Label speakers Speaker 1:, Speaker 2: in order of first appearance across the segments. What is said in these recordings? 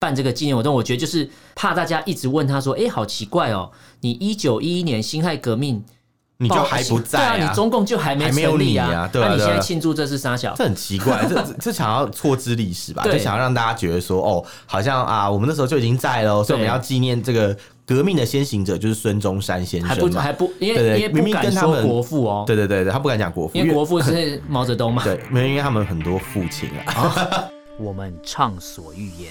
Speaker 1: 办这个纪念活动，我觉得就是怕大家一直问他说：“哎、好奇怪哦，你一九一一年辛亥革命
Speaker 2: 你就
Speaker 1: 报
Speaker 2: 还不在
Speaker 1: 对啊，你中共就还没
Speaker 2: 还没有
Speaker 1: 成立
Speaker 2: 你啊对啊
Speaker 1: 那你
Speaker 2: 对啊
Speaker 1: 现在庆祝这是啥小？
Speaker 2: 这很奇怪，这这这想要错知历史吧？
Speaker 1: 对
Speaker 2: 就想要让大家觉得说，哦，好像啊，我们那时候就已经在了哦，所
Speaker 1: 对
Speaker 2: 以我们要纪念这个革命的先行者，就是孙中山先
Speaker 1: 还不
Speaker 2: 生嘛。
Speaker 1: 还不，因为
Speaker 2: 对对
Speaker 1: 因为
Speaker 2: 明
Speaker 1: 不
Speaker 2: 明
Speaker 1: 敢
Speaker 2: 跟他
Speaker 1: 说
Speaker 2: 们
Speaker 1: 国父哦，
Speaker 2: 对对对对，他不敢讲国父，
Speaker 1: 因为国父是毛泽东嘛。
Speaker 2: 对，没有因为他们很多父亲啊，
Speaker 1: 我们畅所欲言，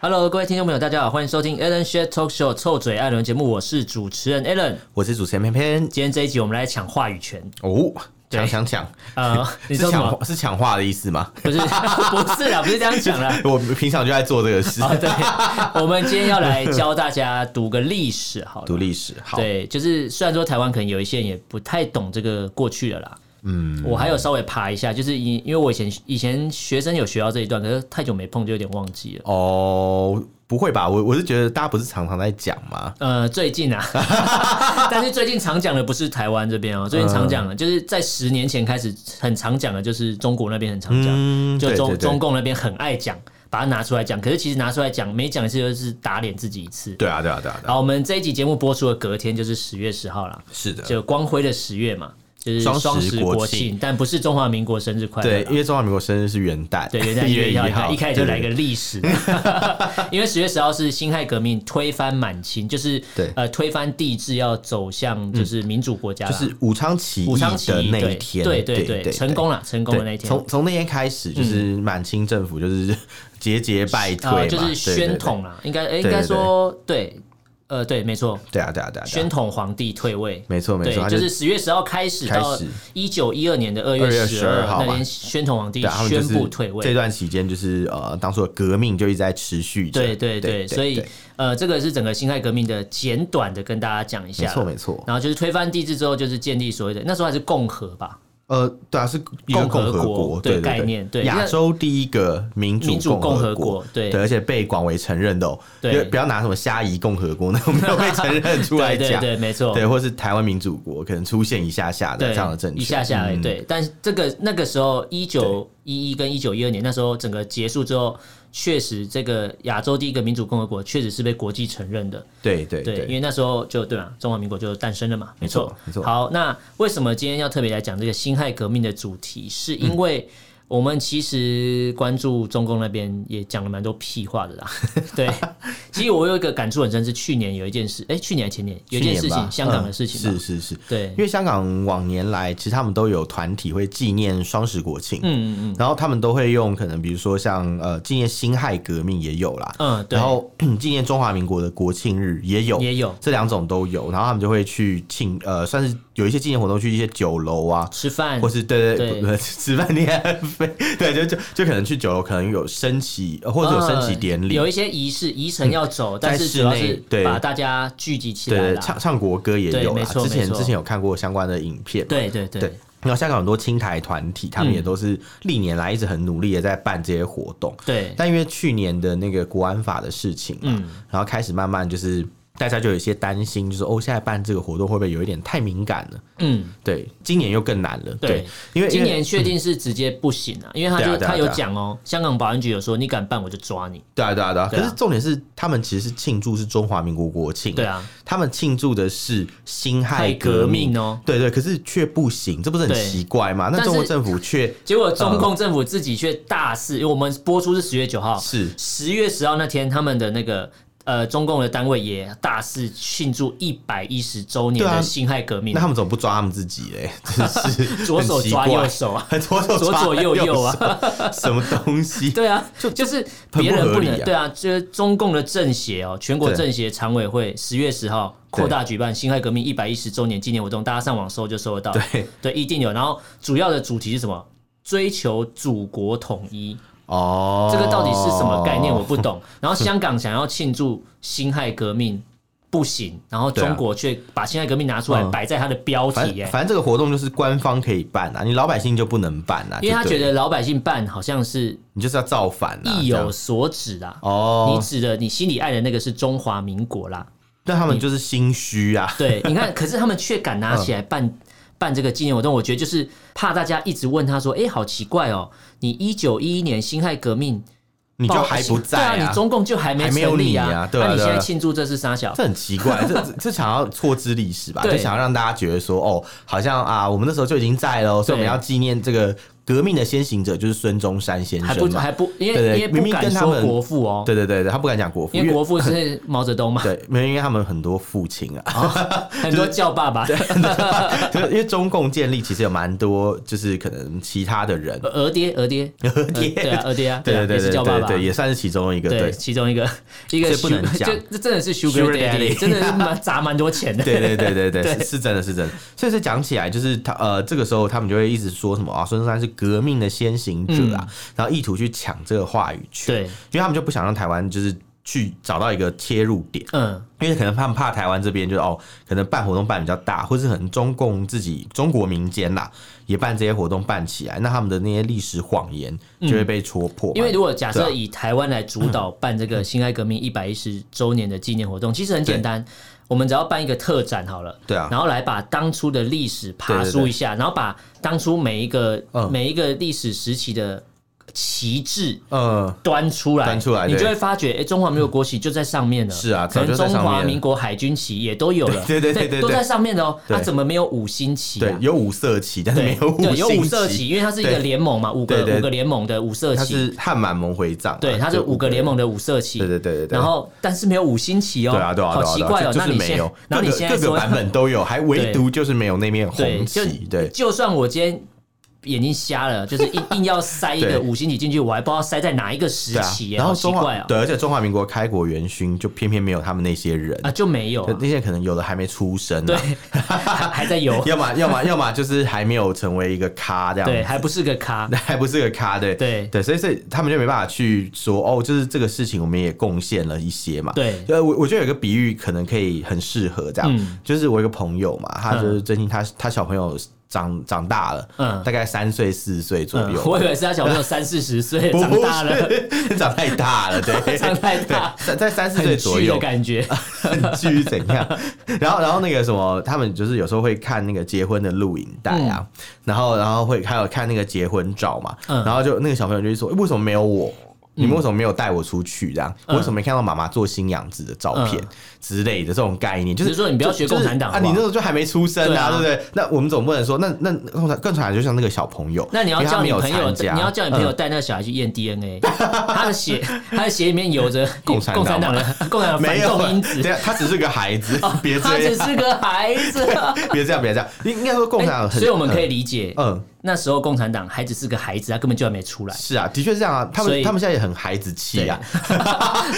Speaker 1: Hello，各位听众朋友，大家好，欢迎收听 Alan s h a t Talk Show 臭嘴艾伦节目，我是主持人 Alan。
Speaker 2: 我是主持人偏偏
Speaker 1: 今天这一集我们来抢话语权，
Speaker 2: 哦，
Speaker 1: 对
Speaker 2: 抢抢抢，
Speaker 1: 呃，你知
Speaker 2: 是
Speaker 1: 道吗
Speaker 2: 抢？是抢话的意思吗？
Speaker 1: 不是 不是啦，不是这样讲 啦。
Speaker 2: 我平常就在做这个事，
Speaker 1: 啊，对，我们今天要来教大家读个历史，好了，
Speaker 2: 读历史好。
Speaker 1: 对，就是虽然说台湾可能有一些人也不太懂这个过去了啦，嗯，我还有稍微爬一下，就是因因为我以前以前学生有学到这一段，可是太久没碰就有点忘记了。
Speaker 2: 哦，不会吧？我我是觉得大家不是常常在讲吗？
Speaker 1: 呃，最近 啊，但是最近常讲的不是台湾这边哦，最近常讲
Speaker 2: 嗯
Speaker 1: 的就是在十年前开始很常讲的，就是中国那边很常讲，
Speaker 2: 嗯
Speaker 1: 就
Speaker 2: 对
Speaker 1: 中
Speaker 2: 对对
Speaker 1: 中共那边很爱讲，把它拿出来讲，可是其实拿出来讲，每讲一次就是打脸自己一次。
Speaker 2: 对啊，对啊，对啊，对
Speaker 1: 然
Speaker 2: 啊
Speaker 1: 后我们这一集节目播出的隔天就是十月十号啦，
Speaker 2: 是的。
Speaker 1: 就光辉的十月嘛，就是
Speaker 2: 双十
Speaker 1: 双十
Speaker 2: 国
Speaker 1: 国
Speaker 2: 庆
Speaker 1: 庆，但不是中华民国生日快乐
Speaker 2: 对，
Speaker 1: 啦。
Speaker 2: 因为中华民国生日是元旦，
Speaker 1: 对， 元旦一月一号，你看一开始就来一个
Speaker 2: 对
Speaker 1: 历史， 因为十月十号是辛亥革命推翻满清，就是
Speaker 2: 对嗯
Speaker 1: 呃推翻帝制，要走向就是民主国家啦，
Speaker 2: 就是武昌起
Speaker 1: 武
Speaker 2: 义
Speaker 1: 昌起
Speaker 2: 的
Speaker 1: 义
Speaker 2: 那一
Speaker 1: 对
Speaker 2: 天，
Speaker 1: 对
Speaker 2: 对
Speaker 1: 对成功了，成功的那一天。
Speaker 2: 从从那天开始，就是满清政府就是 节节败退嘛
Speaker 1: 呃，，就是宣统啦，应该诶应该
Speaker 2: 对对对
Speaker 1: 说对，呃，对，没错，
Speaker 2: 对。对啊，对啊，对啊，对啊
Speaker 1: 宣统皇帝退位，
Speaker 2: 没错没
Speaker 1: 对
Speaker 2: 错，，他
Speaker 1: 就是十月十号开始
Speaker 2: 开
Speaker 1: 到
Speaker 2: 始
Speaker 1: 一九一二年的二
Speaker 2: 2
Speaker 1: 月
Speaker 2: 月
Speaker 1: 十二
Speaker 2: 12号
Speaker 1: 那
Speaker 2: 嘛
Speaker 1: 天，宣统皇帝
Speaker 2: 对啊，他们就
Speaker 1: 宣
Speaker 2: 是
Speaker 1: 布退位。
Speaker 2: 这段期间就是呃，当初的革命就一直在持续着。
Speaker 1: 对对对，所以
Speaker 2: 对
Speaker 1: 呃，这个是整个辛亥革命的简短的跟大家讲一下
Speaker 2: 没
Speaker 1: 啦。
Speaker 2: 错没错，
Speaker 1: 然后就是推翻帝制之后，就是建立所谓的那时候还是共和吧，
Speaker 2: 呃，对啊，是一个
Speaker 1: 共和
Speaker 2: 共
Speaker 1: 国
Speaker 2: 国
Speaker 1: 对
Speaker 2: 对
Speaker 1: 概念对
Speaker 2: 亚洲第一个民主
Speaker 1: 民主共和
Speaker 2: 和
Speaker 1: 国对
Speaker 2: 而且被广为承认的哦，
Speaker 1: 对
Speaker 2: 因为不要拿什么虾夷共和国那种没有被承认出来
Speaker 1: 对 对
Speaker 2: 讲，
Speaker 1: 对，没错，
Speaker 2: 对，或是台湾民主国可能出现一下下的
Speaker 1: 对
Speaker 2: 这样的政权，
Speaker 1: 一下下来
Speaker 2: 嗯，
Speaker 1: 对。但是这个那个时候一九一一跟一九一二年那时候整个结束之后，确实这个亚洲第一个民主共和国确实是被国际承认的，
Speaker 2: 对对
Speaker 1: 对，因为
Speaker 2: 对，
Speaker 1: 那时候就对嘛，中华民国就诞生了嘛，
Speaker 2: 没错没错
Speaker 1: 好，那为什么今天要特别来讲这个辛亥革命的主题？是因为我们其实关注中共那边也讲了蛮多屁话的啦。 对，其实我有一个感触很深，是去年有一件事，哎、去年还前年有一件事
Speaker 2: 去年
Speaker 1: 情，
Speaker 2: 吧
Speaker 1: 香港的事情吧、
Speaker 2: 嗯是是是。
Speaker 1: 对
Speaker 2: 因，为香港往年来，其实他们都有团体会纪念双十国庆，
Speaker 1: 嗯嗯
Speaker 2: 然后他们都会用可能比如说像呃纪念辛亥革命也有啦，
Speaker 1: 嗯，对
Speaker 2: 然，后 纪念中华民国的国庆日也有，
Speaker 1: 也有
Speaker 2: 这两种都有，然后他们就会去庆，呃，算是有一些纪念活动，去一些酒楼啊。
Speaker 1: 吃饭
Speaker 2: 或。是对
Speaker 1: 对
Speaker 2: 对不不 吃饭店费， 对就就就可能去酒楼，可能有升旗，呃或者有升旗典
Speaker 1: 嗯
Speaker 2: 礼，嗯
Speaker 1: 有一些仪式，仪程要走，但是
Speaker 2: 在室
Speaker 1: 主要
Speaker 2: 内
Speaker 1: 是
Speaker 2: 对
Speaker 1: 把大家聚集起来
Speaker 2: 对
Speaker 1: 啦
Speaker 2: 唱唱国歌也
Speaker 1: 对
Speaker 2: 有
Speaker 1: 没
Speaker 2: 啦。
Speaker 1: 错
Speaker 2: 之前
Speaker 1: 没错
Speaker 2: 之前有看过相关的影片嘛，
Speaker 1: 对对对
Speaker 2: 对。然后香港很多青台团体，他们
Speaker 1: 嗯
Speaker 2: 也都是历年来一直很努力的在办这些活动，
Speaker 1: 对
Speaker 2: 但因为去年的那个国安法的事情嘛，
Speaker 1: 嗯
Speaker 2: 然后开始慢慢就是大家就有一些担心，就是哦，现在办这个活动会不会有一点太敏感了？
Speaker 1: 嗯，
Speaker 2: 对，今年又更难了。
Speaker 1: 对
Speaker 2: 对，因为
Speaker 1: 今
Speaker 2: 因
Speaker 1: 年
Speaker 2: 为
Speaker 1: 确定是直接不行啊，因为他就
Speaker 2: 对啊对啊
Speaker 1: 他有
Speaker 2: 对啊
Speaker 1: 讲哦，香港保安局有说你敢办我就抓你，
Speaker 2: 对啊对啊对啊，
Speaker 1: 对啊
Speaker 2: 可是重点是他们其实是庆祝是中华民国国庆，
Speaker 1: 对，啊，
Speaker 2: 他们庆祝的是辛亥
Speaker 1: 太革
Speaker 2: 嗯革命
Speaker 1: 命。哦。
Speaker 2: 对对，可是却不行，这不是很
Speaker 1: 对
Speaker 2: 奇怪吗？那
Speaker 1: 但是
Speaker 2: 中国政府却
Speaker 1: 结果
Speaker 2: 嗯
Speaker 1: 中共政府自己却大肆，因为我们播出是十月九号，
Speaker 2: 是
Speaker 1: 十月十号那天他们的那个。呃，中共的单位也大肆庆祝一百一十周年
Speaker 2: 对
Speaker 1: 的
Speaker 2: 啊
Speaker 1: 辛亥革命，
Speaker 2: 那他们怎么不抓他们自己嘞？真是
Speaker 1: 左手
Speaker 2: 很奇
Speaker 1: 抓
Speaker 2: 怪
Speaker 1: 右，手啊，
Speaker 2: 左手
Speaker 1: 左
Speaker 2: 抓
Speaker 1: 左右右啊
Speaker 2: 手，什么东 西？
Speaker 1: 对 啊，就就是别人
Speaker 2: 很
Speaker 1: 不
Speaker 2: 不合理
Speaker 1: 能，
Speaker 2: 啊
Speaker 1: 对啊，就是中共的政协哦，全国
Speaker 2: 对
Speaker 1: 政协常委会十月十号扩大举办辛亥革命一百一十周年纪念活动，大家上网搜就搜得到，
Speaker 2: 对
Speaker 1: 对，一定有。然后主要的主题是什么？追求祖国统一，
Speaker 2: 哦，
Speaker 1: 这个到底是什么概念？我不懂。然后香港想要庆祝辛亥革命不行，然后
Speaker 2: 对啊
Speaker 1: 中国却把辛亥革命拿出来
Speaker 2: 嗯
Speaker 1: 摆在它的标
Speaker 2: 反
Speaker 1: 题、
Speaker 2: 正
Speaker 1: 哎，
Speaker 2: 反正这个活动就是官方可以办啊，你老百姓就不能办啊，
Speaker 1: 因为他
Speaker 2: 就对
Speaker 1: 觉得老百姓办好像是
Speaker 2: 你就是要造反啊，
Speaker 1: 意
Speaker 2: 这样
Speaker 1: 有所指啊。
Speaker 2: 哦，
Speaker 1: 你指的你心里爱的那个是中华民国啦，
Speaker 2: 但他们就是心虚啊，
Speaker 1: 对，你看，可是他们却敢拿起来办、办这个纪念活动，我觉得就是怕大家一直问他说：“哎、好奇怪哦，你一九一一年辛亥革命
Speaker 2: 你
Speaker 1: 报，
Speaker 2: 就还不在
Speaker 1: 对啊，你中共就还没
Speaker 2: 还没有
Speaker 1: 成立
Speaker 2: 你啊对啊
Speaker 1: 那你
Speaker 2: 对啊
Speaker 1: 现在庆祝这是啥小？
Speaker 2: 这很奇怪，这这这想要错知历史吧？
Speaker 1: 对
Speaker 2: 就想要让大家觉得说，哦，好像啊，我们那时候就已经在了哦，所
Speaker 1: 对
Speaker 2: 以我们要纪念这个革命的先行者，就是孙中山先
Speaker 1: 还不
Speaker 2: 生嘛。
Speaker 1: 还不，因为
Speaker 2: 对对
Speaker 1: 因为
Speaker 2: 明
Speaker 1: 不
Speaker 2: 明
Speaker 1: 敢
Speaker 2: 跟他
Speaker 1: 说
Speaker 2: 们
Speaker 1: 国父哦，
Speaker 2: 对对对对，他不敢讲国父，
Speaker 1: 因为国父是毛泽东嘛，
Speaker 2: 对，没有，因为他们很多父亲啊，
Speaker 1: 很多叫爸 爸、
Speaker 2: 就是因为中共建立其实有蛮多，就是可能其他的人，
Speaker 1: 呃儿爹、儿爹、
Speaker 2: 和
Speaker 1: 呃
Speaker 2: 爹，
Speaker 1: 对啊，儿爹啊，
Speaker 2: 对
Speaker 1: 啊
Speaker 2: 对对
Speaker 1: 也是
Speaker 2: 对
Speaker 1: 叫爸
Speaker 2: 对
Speaker 1: 爸。
Speaker 2: 对，也算是其中一个
Speaker 1: 对，
Speaker 2: 对。
Speaker 1: 其中一个一个
Speaker 2: 所以不能
Speaker 1: sugar-
Speaker 2: 讲
Speaker 1: 就这真的是 Sugar
Speaker 2: Sugar
Speaker 1: Daddy，
Speaker 2: daddy
Speaker 1: 真的是蛮砸蛮多钱的。
Speaker 2: 对对对对对，
Speaker 1: 对
Speaker 2: 是是真的是真的。所以是讲起来，就是他呃，这个时候他们就会一直说什么啊，孙中山是革命的先行者啊，然后意图去抢这个话语权，
Speaker 1: 嗯对，
Speaker 2: 因为他们就不想让台湾就是去找到一个切入点。
Speaker 1: 嗯，
Speaker 2: 因为可能他们怕台湾这边就是哦，可能办活动办比较大，或是可能中共自己中国民间啦也办这些活动办起来，那他们的那些历史谎言就会被戳破嘛、
Speaker 1: 嗯因为如果假设
Speaker 2: 对啊
Speaker 1: 以台湾来主导办这个辛亥革命一百一十周年的纪念活动，其实很简单，我们只要办一个特展好了，
Speaker 2: 对啊
Speaker 1: 然后来把当初的历史爬梳一下，然后把当初每一个
Speaker 2: 嗯
Speaker 1: 每一个历史时期的旗帜。
Speaker 2: 呃，
Speaker 1: 端出来，
Speaker 2: 端出来
Speaker 1: 你就
Speaker 2: 对嗯
Speaker 1: 会发觉，哎，中华民国国旗就在上面了。
Speaker 2: 是啊
Speaker 1: 可
Speaker 2: 早
Speaker 1: 能
Speaker 2: 就在
Speaker 1: 中
Speaker 2: 上面
Speaker 1: 华
Speaker 2: 了
Speaker 1: 民国海军旗也都有了，
Speaker 2: 对对对对对
Speaker 1: 都在上面的哦。它
Speaker 2: 对
Speaker 1: 怎么没有五星旗
Speaker 2: 对
Speaker 1: 啊，？
Speaker 2: 有五色旗，但是没有五
Speaker 1: 对，有
Speaker 2: 星
Speaker 1: 五色旗，，因为它是一个
Speaker 2: 对
Speaker 1: 联盟嘛，五个
Speaker 2: 对对
Speaker 1: 五个联盟的五色
Speaker 2: 它
Speaker 1: 旗，
Speaker 2: 是汉满蒙回藏啊、
Speaker 1: 对，它是
Speaker 2: 就
Speaker 1: 五个联盟的五色旗。
Speaker 2: 对对对对对。
Speaker 1: 然后，但是没有五星旗哦，
Speaker 2: 对啊，对啊，
Speaker 1: 好
Speaker 2: 对啊
Speaker 1: 奇
Speaker 2: 对啊
Speaker 1: 怪哦。
Speaker 2: 就
Speaker 1: 那
Speaker 2: 就是
Speaker 1: 你
Speaker 2: 没
Speaker 1: 现
Speaker 2: 有，
Speaker 1: 那
Speaker 2: 各
Speaker 1: 你
Speaker 2: 个
Speaker 1: 现在
Speaker 2: 各个
Speaker 1: 说，
Speaker 2: 版本都有，还唯独就是没有那面
Speaker 1: 对，
Speaker 2: 红
Speaker 1: 就
Speaker 2: 旗，对，
Speaker 1: 就算我今天眼睛瞎 了，就是硬硬要塞一
Speaker 2: 对
Speaker 1: 个五星旗进去，我还不知道塞在哪一个时
Speaker 2: 对啊
Speaker 1: 期耶，
Speaker 2: 然后
Speaker 1: 好奇
Speaker 2: 中华
Speaker 1: 怪哦，
Speaker 2: 对，而且中华民国开国元勋就偏偏没有他们那些人
Speaker 1: 啊，就没有啊，
Speaker 2: 那些可能有的还没出生、
Speaker 1: 对
Speaker 2: 啊，，
Speaker 1: 还还在 游，
Speaker 2: 要么要么要么就是还没有成为一个咖这样，
Speaker 1: 对，还不是个咖，
Speaker 2: 还不是个咖，对
Speaker 1: 对
Speaker 2: 对，所以所以他们就没办法去说哦，就是这个事情我们也贡献了一些嘛，
Speaker 1: 对
Speaker 2: 呃，我我觉得有一个比喻可能可以很适合这样，
Speaker 1: 嗯
Speaker 2: 就是我有一个朋友嘛，他就是最近他他小朋友长长大了，
Speaker 1: 嗯
Speaker 2: 大概三岁四岁左
Speaker 1: 嗯
Speaker 2: 右，，
Speaker 1: 我以为是他小 朋友三四十岁长大了，
Speaker 2: 不是， 长太大了，对，
Speaker 1: 长太大
Speaker 2: 对，在在三四
Speaker 1: 很
Speaker 2: 岁左
Speaker 1: 巨的
Speaker 2: 右，
Speaker 1: 感 觉，
Speaker 2: 很巨怎 样？然后然后那个什么，他们就是有时候会看那个结婚的录影带啊，然后然后会还有看那个结婚照嘛，
Speaker 1: 嗯
Speaker 2: 然后就那个小朋友就会说，欸为什么没有我？你们为什么没有带我出去？这样，我为什么没看到妈妈做新娘子的照片
Speaker 1: 嗯
Speaker 2: 之类的这种概念？就是
Speaker 1: 比如说你不要学
Speaker 2: 就
Speaker 1: 共产党
Speaker 2: 就是
Speaker 1: 好不
Speaker 2: 啊！
Speaker 1: 好
Speaker 2: 你那时候就还没出生
Speaker 1: 对啊
Speaker 2: 啊，对不对？那我们总不能说，那那共产共产党就像那个小朋友，
Speaker 1: 那你要
Speaker 2: 因为他
Speaker 1: 叫你
Speaker 2: 没有
Speaker 1: 朋友，
Speaker 2: 参加
Speaker 1: 你要叫你朋友
Speaker 2: 嗯
Speaker 1: 带那个小孩去验 DNA，他的血，他的血里面有着
Speaker 2: 共产党
Speaker 1: 共产党的共产党的
Speaker 2: 没
Speaker 1: 反
Speaker 2: 有
Speaker 1: 动因 子，哦
Speaker 2: 对啊，他只是个 孩子，别
Speaker 1: 他
Speaker 2: 这
Speaker 1: 只
Speaker 2: 样，
Speaker 1: 是个孩 子。
Speaker 2: 别这样，别这样。应应该说共产党
Speaker 1: 哎
Speaker 2: 很，
Speaker 1: 所以我们可以理解，
Speaker 2: 嗯，嗯
Speaker 1: 那时候共产党还只是个孩子，他根本就还没出来。
Speaker 2: 是啊，的确是这样啊。他
Speaker 1: 所以
Speaker 2: 们他们现在也很孩子气啊，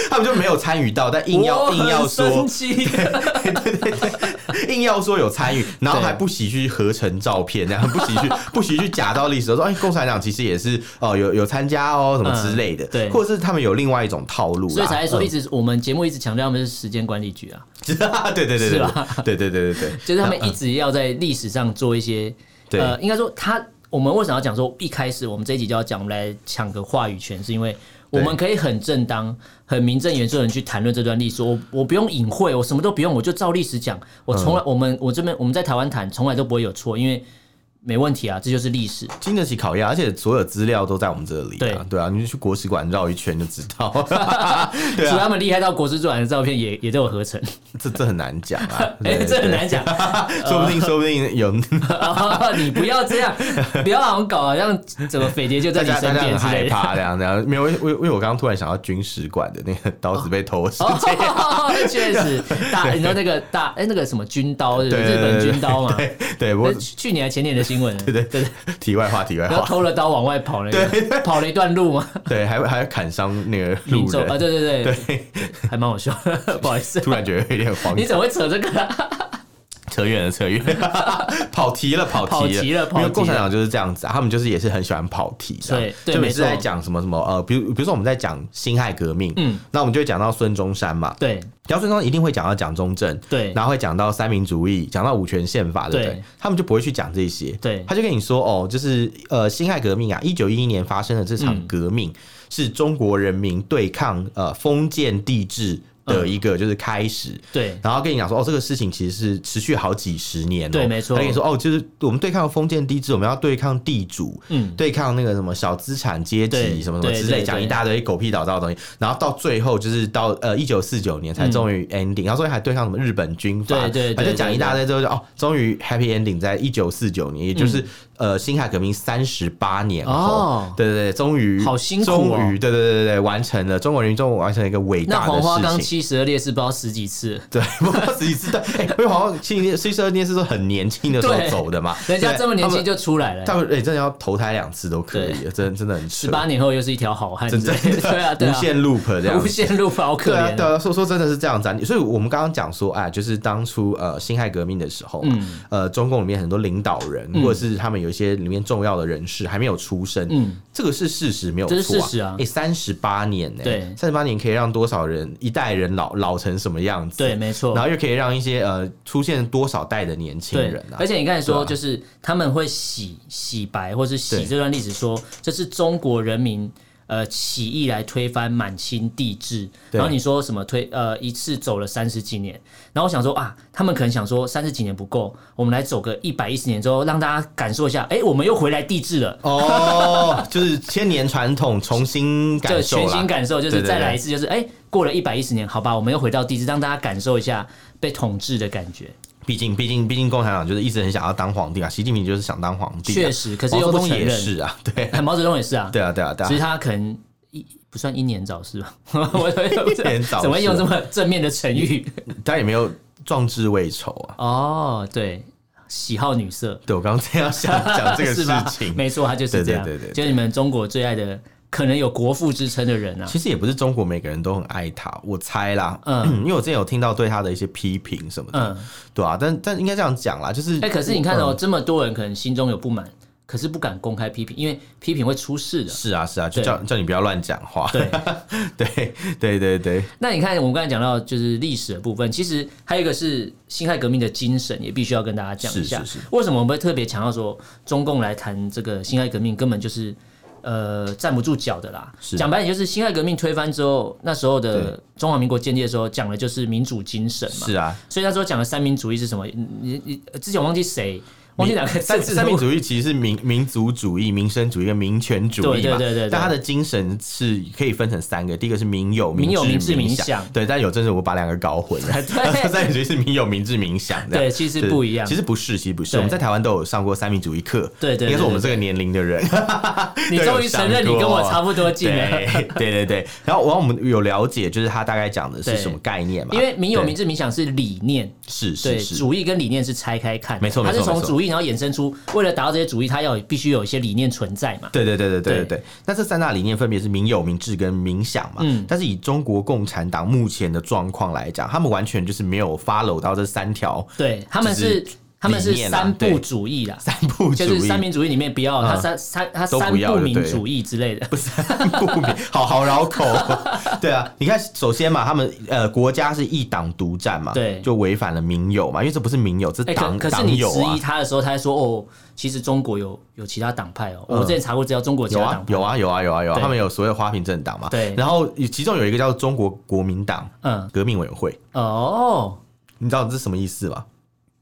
Speaker 2: 他们就没有参与到，但 硬要
Speaker 1: 我
Speaker 2: 硬要
Speaker 1: 很
Speaker 2: 说
Speaker 1: 生，气
Speaker 2: 对对对， 硬要说有参与，然后还不惜去合成照片，然后不惜去 不惜去假到历史，说哎，共产党其实也是哦，有有参加哦，什么之类的，
Speaker 1: 嗯对
Speaker 2: 或者是他们有另外一种套路啦，
Speaker 1: 所以才说一
Speaker 2: 嗯
Speaker 1: 直我们节目一直强调他们是时间管理局啊，
Speaker 2: 对对对
Speaker 1: 是
Speaker 2: 对
Speaker 1: 吧
Speaker 2: 对对对对对，
Speaker 1: 就是他们一直要在历史上做一些，
Speaker 2: 对
Speaker 1: 呃，应该说他我们为什么要讲说一开始我们这一集就要讲我们来抢个话语权，是因为我们可以很正当、很名正言顺的去谈论这段历史，我我不用隐晦，我什么都不用，我就照历史讲，我从
Speaker 2: 嗯
Speaker 1: 来、我们我这边我们在台湾谈从来都不会有错，因为没问题啊，这就是历史。
Speaker 2: 经得起考验，而且所有资料都在我们这里、啊。
Speaker 1: 对
Speaker 2: 对啊，你就去国史馆绕一圈就知道。
Speaker 1: 所
Speaker 2: 对
Speaker 1: 以
Speaker 2: 啊，
Speaker 1: 他们厉害到国之转的照片也也都有合成，
Speaker 2: 这这很难讲啊
Speaker 1: 。哎、
Speaker 2: 对
Speaker 1: 这很难讲。哦
Speaker 2: 对说不定说不定有
Speaker 1: 你不要这 样，不要好像搞好像怎么匪谍就在
Speaker 2: 大
Speaker 1: 你
Speaker 2: 家
Speaker 1: 身
Speaker 2: 大家
Speaker 1: 边
Speaker 2: 很
Speaker 1: 之
Speaker 2: 害
Speaker 1: 类的。
Speaker 2: 怕这样这样，没有，因为因为我刚刚突然想到军史馆的那个刀子被偷的事情。
Speaker 1: 哦，确 实，大你说那个大哎、那个什么军刀是不是
Speaker 2: 对
Speaker 1: 日
Speaker 2: 对对
Speaker 1: 本军刀嘛，
Speaker 2: 对 对，不
Speaker 1: 那
Speaker 2: 过
Speaker 1: 去去年还前年的新闻，对对对，
Speaker 2: 题外话，题外
Speaker 1: 然后
Speaker 2: 话，
Speaker 1: 偷了刀往外跑那个，跑了一段路嘛，
Speaker 2: 对，还还砍伤那个
Speaker 1: 宇
Speaker 2: 路
Speaker 1: 宙啊，
Speaker 2: 人，
Speaker 1: 对对对，
Speaker 2: 对，
Speaker 1: 还蛮好笑，不好意思，
Speaker 2: 突然觉得有点慌
Speaker 1: 你。怎么会扯这个啊？
Speaker 2: 扯远了，扯远 了，跑题了，跑
Speaker 1: 跑
Speaker 2: 题
Speaker 1: 题了跑题了
Speaker 2: 因为共产党就是这样子啊，他们就是也是很喜欢跑题的，
Speaker 1: 对对
Speaker 2: 就每次
Speaker 1: 没错
Speaker 2: 在讲什么什么呃，比如比如说我们在讲辛亥革命，
Speaker 1: 嗯，
Speaker 2: 那我们就会讲到孙中山嘛，
Speaker 1: 对
Speaker 2: 讲到孙中山一定会讲到蒋中正，
Speaker 1: 对
Speaker 2: 然后会讲到三民主义，讲到五权宪法，对不对？
Speaker 1: 对
Speaker 2: 他们就不会去讲这些，
Speaker 1: 对
Speaker 2: 他就跟你说哦，就是呃，辛亥革命啊，一九一一年发生的这
Speaker 1: 嗯
Speaker 2: 场革命、是中国人民对抗呃封建帝制
Speaker 1: 嗯
Speaker 2: 的一个就是开始。
Speaker 1: 对
Speaker 2: 然后跟你讲说，哦，这个事情其实是持续好几十年、哦，
Speaker 1: 对没错
Speaker 2: 他跟你说，哦，就是我们对抗封建帝制，我们要对抗地主，
Speaker 1: 嗯
Speaker 2: 对抗那个什么小资产阶
Speaker 1: 对
Speaker 2: 级什么什么
Speaker 1: 对
Speaker 2: 之
Speaker 1: 对
Speaker 2: 类，
Speaker 1: 对
Speaker 2: 讲一大堆狗屁倒灶的东西。然后到最后就是到呃一九四九年才终于 ending，、然后所以还对抗什么日本军阀，
Speaker 1: 对对对
Speaker 2: 反正讲
Speaker 1: 对
Speaker 2: 一大堆之后就哦，终于 happy ending 在一九四九年，也就是、呃辛亥革命三十八年后，
Speaker 1: 哦
Speaker 2: 对对对，终于
Speaker 1: 好辛苦哦
Speaker 2: 终于对对对对对完成了中国人民终于完成了一个伟
Speaker 1: 那
Speaker 2: 大的
Speaker 1: 黄
Speaker 2: 事
Speaker 1: 花
Speaker 2: 情。
Speaker 1: 岗七十二烈士不知道十几次了，
Speaker 2: 对，不过自己知道，哎、因为好像七年、七十二年是说很年轻的时候
Speaker 1: 对
Speaker 2: 走的嘛，
Speaker 1: 人家
Speaker 2: 对
Speaker 1: 这么年轻
Speaker 2: 他们
Speaker 1: 就出来
Speaker 2: 他
Speaker 1: 了。
Speaker 2: 们哎、真的要投胎两次都可以，真真的很
Speaker 1: 十
Speaker 2: 扯，
Speaker 1: 八年后又是一条好汉，
Speaker 2: 真的
Speaker 1: 对啊，对
Speaker 2: 无
Speaker 1: 啊，
Speaker 2: 限 loop 这样
Speaker 1: 无
Speaker 2: 子。
Speaker 1: 限路好可
Speaker 2: 对啊，
Speaker 1: 怜
Speaker 2: 对
Speaker 1: 啊。
Speaker 2: 啊，说说真的是这样子啊，所以我们刚刚讲说，哎，就是当初呃辛亥革命的时候嘛，
Speaker 1: 嗯
Speaker 2: 呃，中共里面很多领导人、或者是他们有一些里面重要的人士还没有出生，
Speaker 1: 嗯
Speaker 2: 这个是事实，没有错、啊，
Speaker 1: 这是事实啊
Speaker 2: 哎，三十八年呢、
Speaker 1: 对
Speaker 2: 三十八年可以让多少人一代人老老成什么样子？
Speaker 1: 对，没错
Speaker 2: 然。后又可以让一些呃出现多少代的年轻
Speaker 1: 对
Speaker 2: 人，啊
Speaker 1: 而，且你刚才
Speaker 2: 对
Speaker 1: 说，
Speaker 2: 啊
Speaker 1: 就是他们会洗洗白，或是洗
Speaker 2: 对
Speaker 1: 这段历史说，这是中国人民呃起义来推翻满清帝制。
Speaker 2: 对
Speaker 1: 然后你说什么推呃一次走了三十几年，然后我想说啊，他们可能想说三十几年不够，我们来走个一百一十年之后，让大家感受一下，哎，我们又回来帝制了。
Speaker 2: 哦，就是千年传统重新
Speaker 1: 就
Speaker 2: 感受
Speaker 1: 全
Speaker 2: 啦
Speaker 1: 新。感受，就
Speaker 2: 对
Speaker 1: 是
Speaker 2: 对
Speaker 1: 再
Speaker 2: 对
Speaker 1: 来一次，就是哎、过了一百一十年，好吧，我们又回到帝制，让大家感受一下被统治的感觉。
Speaker 2: 毕竟，毕竟，毕竟，共产党就是一直很想要当皇帝啊，习近平 就是想当皇帝啊、
Speaker 1: 确实可是
Speaker 2: 毛
Speaker 1: 又
Speaker 2: 泽
Speaker 1: 不
Speaker 2: 东
Speaker 1: 承
Speaker 2: 也
Speaker 1: 认
Speaker 2: 是啊，对，
Speaker 1: 哎毛泽东也是啊，
Speaker 2: 对啊，对啊，对啊
Speaker 1: 只是。他可能一不算英年早逝 吧，我
Speaker 2: 英年早逝
Speaker 1: 怎么会用这么正面的成 语？
Speaker 2: 他也没有壮志未仇啊。
Speaker 1: 哦，对，喜好女色，
Speaker 2: 对我刚刚这样想讲这 个
Speaker 1: 是
Speaker 2: 事
Speaker 1: 吧
Speaker 2: 情，
Speaker 1: 没错，他就是这样，
Speaker 2: 对对对对对
Speaker 1: 就是你们中国最爱的，可能有国父之称的人 啊，
Speaker 2: 其实也不是中国每个人都很爱他，我猜啦，
Speaker 1: 嗯
Speaker 2: 因为我之前有听到对他的一些批评什么的，
Speaker 1: 嗯，
Speaker 2: 对啊，但但应该这样讲啦，就是
Speaker 1: 哎、可是你看
Speaker 2: 嗯
Speaker 1: 哦，这么多人可能心中有不满，可是不敢公开批评，因为批评会出事的。
Speaker 2: 是啊是啊，就
Speaker 1: 对
Speaker 2: 叫叫你不要乱讲话，
Speaker 1: 对
Speaker 2: 对对对对，
Speaker 1: 那你看，我们刚才讲到就是历史的部分，其实还有一个是辛亥革命的精神，也必须要跟大家讲一下。
Speaker 2: 是是是
Speaker 1: 为什么我们会特别强调说中共来谈这个辛亥革命，根本就是呃站不住脚的啦。
Speaker 2: 是
Speaker 1: 讲白点，就是辛亥革命推翻之后，那时候的中华民国建立的时候，讲的就是民主精神嘛。
Speaker 2: 是啊，
Speaker 1: 所以那时候讲的三民主义是什么？你你你之前我忘记谁，忘记哪个
Speaker 2: 三
Speaker 1: 政治
Speaker 2: 三民
Speaker 1: 义。
Speaker 2: 主义其实是民民族主义、民生主义跟民权主义嘛，
Speaker 1: 对对对对对
Speaker 2: 但它的精神是可以分成三个，第一个是民有、
Speaker 1: 民有
Speaker 2: 民
Speaker 1: 民治
Speaker 2: 民
Speaker 1: 民
Speaker 2: 享
Speaker 1: 享，。
Speaker 2: 对，但有政治我把两个搞混了
Speaker 1: 对
Speaker 2: 三民主义是民有、民治、民享，这样
Speaker 1: 对其实不一样
Speaker 2: 其实不是，其实不是。
Speaker 1: 对
Speaker 2: 我们在台湾都有上过三民主义课，
Speaker 1: 对对对
Speaker 2: 应该是我们这个年龄 的人，
Speaker 1: 你终于承认你跟我差不多近了。
Speaker 2: 对对对对。然后，然后我们有了解，就是他大概讲的是
Speaker 1: 对
Speaker 2: 什么概念嘛？
Speaker 1: 因为民有
Speaker 2: 对
Speaker 1: 民治民享是理念，
Speaker 2: 是是
Speaker 1: 对，
Speaker 2: 是，
Speaker 1: 主义跟理念是拆开看的，
Speaker 2: 没错没
Speaker 1: 它
Speaker 2: 错
Speaker 1: 是从
Speaker 2: 没错
Speaker 1: 主义然后衍生出，为了达到这些主义，它要有必须有一些理念存在嘛。
Speaker 2: 对对对对对对
Speaker 1: 对
Speaker 2: 对。那这三大理念分别是民有、民治跟民享嘛。
Speaker 1: 嗯
Speaker 2: 但是以中国共产党目前的状况来讲，他们完全就是没有 follow 到这三 条
Speaker 1: 对，他们
Speaker 2: 就是
Speaker 1: 是他们是
Speaker 2: 理念啦
Speaker 1: 三
Speaker 2: 对
Speaker 1: 不主义啦，
Speaker 2: 三不主
Speaker 1: 就
Speaker 2: 义。
Speaker 1: 是三民主义里面不要
Speaker 2: 嗯
Speaker 1: 他三三他
Speaker 2: 都
Speaker 1: 三
Speaker 2: 不要
Speaker 1: 不
Speaker 2: 就对
Speaker 1: 民
Speaker 2: 了
Speaker 1: 主义之类的，
Speaker 2: 不是不明，好好绕口。 对啊，你看，首先嘛，他们呃国家是一党独占嘛，
Speaker 1: 对
Speaker 2: 就违反了民有嘛，因为这不是民有，这
Speaker 1: 哎，
Speaker 2: 党
Speaker 1: 可可是你
Speaker 2: 党有
Speaker 1: 质
Speaker 2: 啊
Speaker 1: 疑，他的时候，他还说哦，其实中国有有其他党派
Speaker 2: 嗯
Speaker 1: 哦，我之前查过资料，中国有其
Speaker 2: 有
Speaker 1: 他
Speaker 2: 啊
Speaker 1: 党派
Speaker 2: 有啊有啊有啊有啊，
Speaker 1: 对
Speaker 2: 他们有所谓的花瓶政党嘛，
Speaker 1: 对
Speaker 2: 然后其中有一个叫中国国民党
Speaker 1: 嗯
Speaker 2: 革命委员会，
Speaker 1: 哦
Speaker 2: 你知道这是什么意思吗？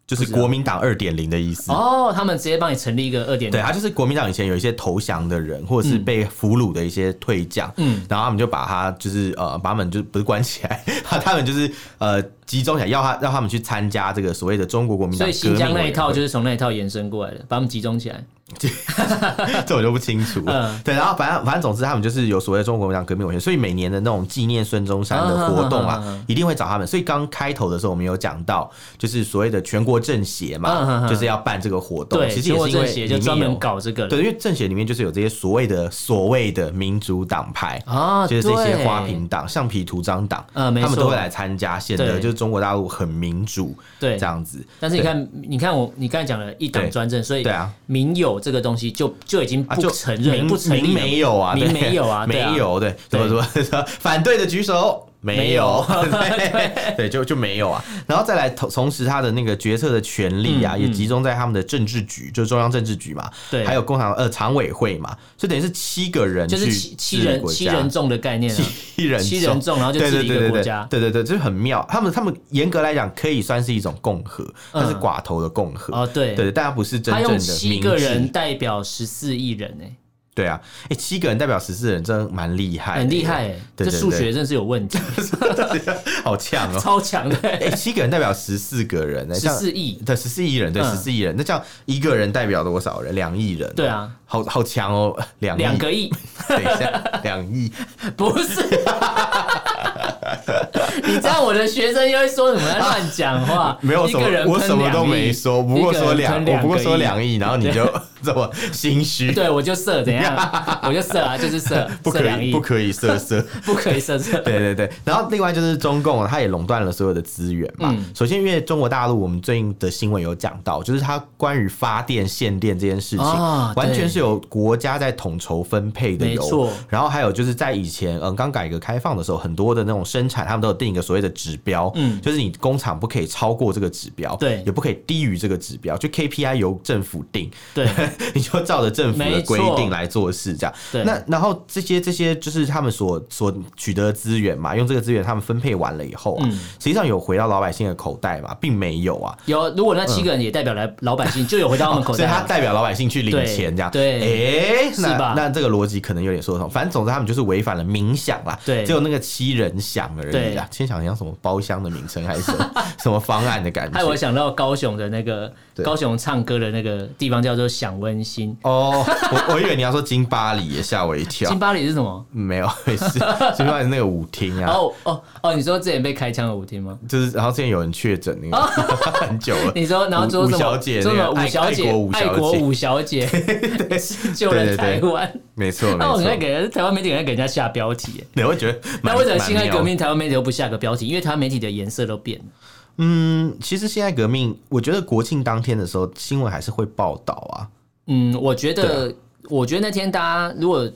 Speaker 2: 就是
Speaker 1: 不知道
Speaker 2: 国民党二点零的意思。
Speaker 1: 哦，他们直接帮你成立一个二点
Speaker 2: 对，
Speaker 1: 零，
Speaker 2: 他就是国民党以前有一些投降的人，或者是被俘虏的一些退将，嗯
Speaker 1: 嗯，
Speaker 2: 然后他们就把他就是呃，把他们就不是关起来， 他他们就是呃集中起来，要他让他们去参加这个所谓的中国国民
Speaker 1: 所
Speaker 2: 党
Speaker 1: 以
Speaker 2: 革
Speaker 1: 新
Speaker 2: 命
Speaker 1: 疆那
Speaker 2: 委
Speaker 1: 一
Speaker 2: 员
Speaker 1: 套
Speaker 2: 会
Speaker 1: 就是从那一套延伸过来的，把他们集中起来。
Speaker 2: 这我就不清楚了。
Speaker 1: 嗯
Speaker 2: 对，然后反正反正总之他们就是有所谓的中国民党革命文学，所以每年的那种纪念孙中山的活动
Speaker 1: 嗯嗯嗯嗯
Speaker 2: 啊，一定会找他们。所以刚开头的时候我们有讲到，就是所谓的全国政协
Speaker 1: 嗯嗯
Speaker 2: 嘛
Speaker 1: 嗯，
Speaker 2: 就是要办这个活动，
Speaker 1: 对，
Speaker 2: 其实也
Speaker 1: 中国
Speaker 2: 是因
Speaker 1: 政
Speaker 2: 为
Speaker 1: 协
Speaker 2: 里
Speaker 1: 就
Speaker 2: 面
Speaker 1: 专门
Speaker 2: 有
Speaker 1: 搞这个了
Speaker 2: 对，因为政协里面就是有这些所谓的所谓的民主党派。
Speaker 1: 啊，
Speaker 2: 就是这些
Speaker 1: 对
Speaker 2: 花瓶党、橡皮图章党，
Speaker 1: 嗯没
Speaker 2: 他们
Speaker 1: 错
Speaker 2: 都会来参加。现在
Speaker 1: 对
Speaker 2: 就是中国大陆很民主，
Speaker 1: 对
Speaker 2: 这样子。
Speaker 1: 但是你看，你看我，你刚才讲了一党专政，所以
Speaker 2: 对啊
Speaker 1: 民有这个东西就就已经
Speaker 2: 啊，
Speaker 1: 不
Speaker 2: 就
Speaker 1: 承认、
Speaker 2: 明
Speaker 1: 不成立了
Speaker 2: 明没有啊，
Speaker 1: 明
Speaker 2: 对
Speaker 1: 没有 啊
Speaker 2: 没
Speaker 1: 对啊
Speaker 2: 有对，怎
Speaker 1: 对
Speaker 2: 么怎么说反对的举手。没有， 对对，就就没有啊。然后再来，同同时他的那个决策的权利啊，
Speaker 1: 嗯
Speaker 2: 也集中在他们的政治局，就是中央政治局嘛，
Speaker 1: 对
Speaker 2: 还有工厂呃常委会嘛，所以等于是七个人
Speaker 1: 就
Speaker 2: 去
Speaker 1: 是七七
Speaker 2: 治理
Speaker 1: 人
Speaker 2: 国
Speaker 1: 七
Speaker 2: 家
Speaker 1: 人众的概念啊，
Speaker 2: 七人
Speaker 1: 七人众然后就
Speaker 2: 对
Speaker 1: 治
Speaker 2: 对
Speaker 1: 理一
Speaker 2: 对
Speaker 1: 个
Speaker 2: 对
Speaker 1: 国
Speaker 2: 对
Speaker 1: 家，
Speaker 2: 对对对，就是很妙。他们他们严格来讲可以算是一种共和，
Speaker 1: 嗯
Speaker 2: 但是寡头的共和
Speaker 1: 哦对
Speaker 2: 对，但它不是真
Speaker 1: 他
Speaker 2: 正的
Speaker 1: 用
Speaker 2: 民
Speaker 1: 七个
Speaker 2: 主
Speaker 1: 人代表十四亿人欸呢、
Speaker 2: 对啊，哎、七个人代表十四人，真的蛮厉害的，
Speaker 1: 很厉害、欸，
Speaker 2: 哎对
Speaker 1: 这
Speaker 2: 对
Speaker 1: 数学
Speaker 2: 对
Speaker 1: 真是有问题，
Speaker 2: 好呛哦、
Speaker 1: 超强的、
Speaker 2: 哎、七个人代表十四个人呢、
Speaker 1: 十
Speaker 2: 这样
Speaker 1: 四亿，
Speaker 2: 对，十四亿人，对，
Speaker 1: 嗯
Speaker 2: 十四亿人。那这样一个人代表多少人？两亿人。
Speaker 1: 对啊，
Speaker 2: 好好强哦、 两亿
Speaker 1: 两。个亿，
Speaker 2: 等一下，两亿。
Speaker 1: 不是。 你这样，我的学生又会说什么乱讲话？
Speaker 2: 没有
Speaker 1: 一
Speaker 2: 什
Speaker 1: 个人
Speaker 2: 么，我
Speaker 1: 喷
Speaker 2: 什么都
Speaker 1: 两亿
Speaker 2: 没说，不过说
Speaker 1: 一个人
Speaker 2: 两，
Speaker 1: 喷
Speaker 2: 我不过
Speaker 1: 个
Speaker 2: 说
Speaker 1: 亿
Speaker 2: 两亿，然后你就 这么心虚，
Speaker 1: 对，我就射，怎 样？我就射啊，就是射，
Speaker 2: 不
Speaker 1: 射
Speaker 2: 可
Speaker 1: 两
Speaker 2: 以，
Speaker 1: 亿，
Speaker 2: 不可以色色。
Speaker 1: 不可以射射。
Speaker 2: 对对对，然后另外就是中共，它也垄断了所有的资源嘛。
Speaker 1: 嗯
Speaker 2: 首先，因为中国大陆，我们最近的新闻有讲到，就是它关于发电、限电这件事情，
Speaker 1: 啊
Speaker 2: 完全
Speaker 1: 对
Speaker 2: 是由国家在统筹分配的
Speaker 1: 没错
Speaker 2: 油。然后还有就是在以前，嗯，刚改革开放的时候，很多的那种生产，他们都有定一个所谓的指标，
Speaker 1: 嗯
Speaker 2: 就是你工厂不可以超过这个指标，
Speaker 1: 对
Speaker 2: 也不可以低于这个指标，就 KPI 由政府定，
Speaker 1: 对，
Speaker 2: 你就照着政府
Speaker 1: 没
Speaker 2: 的规
Speaker 1: 错
Speaker 2: 定来做事，这样。
Speaker 1: 对
Speaker 2: 那然后这些这些就是他们所所取得的资源嘛，用这个资源他们分配完了以后啊，
Speaker 1: 嗯
Speaker 2: 实际上有回到老百姓的口袋嘛，并没有啊。
Speaker 1: 有，如果那七个人也代表来老百 姓，就有回到他们口
Speaker 2: 哦所以
Speaker 1: 袋
Speaker 2: 他
Speaker 1: 了。
Speaker 2: 代表老百姓去领
Speaker 1: 对
Speaker 2: 钱，这样
Speaker 1: 对
Speaker 2: 哎、
Speaker 1: 是吧
Speaker 2: 那那这个逻辑可能有点说得通。反正总之他们就是违反了冥想啦，
Speaker 1: 对
Speaker 2: 只有那个七人响而已啊，七人响像什么包厢的名称还是什 么什么方案的感
Speaker 1: 害我
Speaker 2: 觉。
Speaker 1: 想到高雄的那个
Speaker 2: 对
Speaker 1: 高雄唱歌的那个地方叫做享温馨，
Speaker 2: 哦，我我以为你要说金巴黎耶，吓我一跳
Speaker 1: 金。巴黎是什么？
Speaker 2: 没有，没事，金巴黎是那个舞厅啊。
Speaker 1: 哦哦哦，你说之前被开枪的舞厅吗？
Speaker 2: 就是，然后之前有人确诊那个 很久了，
Speaker 1: 哦你说，然后说
Speaker 2: 吴
Speaker 1: 什
Speaker 2: 吴小
Speaker 1: 么？
Speaker 2: 姐
Speaker 1: 说什
Speaker 2: 那
Speaker 1: 么五
Speaker 2: 个爱
Speaker 1: 小姐
Speaker 2: 爱国吴，
Speaker 1: 爱
Speaker 2: 小
Speaker 1: 国
Speaker 2: 姐
Speaker 1: 五小姐 救了
Speaker 2: 对对
Speaker 1: 台
Speaker 2: 对
Speaker 1: 湾。
Speaker 2: 没错没
Speaker 1: 那我
Speaker 2: 错
Speaker 1: 很爱，给人台湾媒体很爱给人家下标题耶，
Speaker 2: 对，我觉得蛮
Speaker 1: 那为什么辛亥
Speaker 2: 蛮妙
Speaker 1: 革命台湾媒体都不下个标题？因为台湾媒体的颜色都变了。
Speaker 2: 嗯，其实辛亥革命，我觉得国庆当天的时候，新闻还是会报道啊。
Speaker 1: 嗯，我觉得，我觉得那天大家如果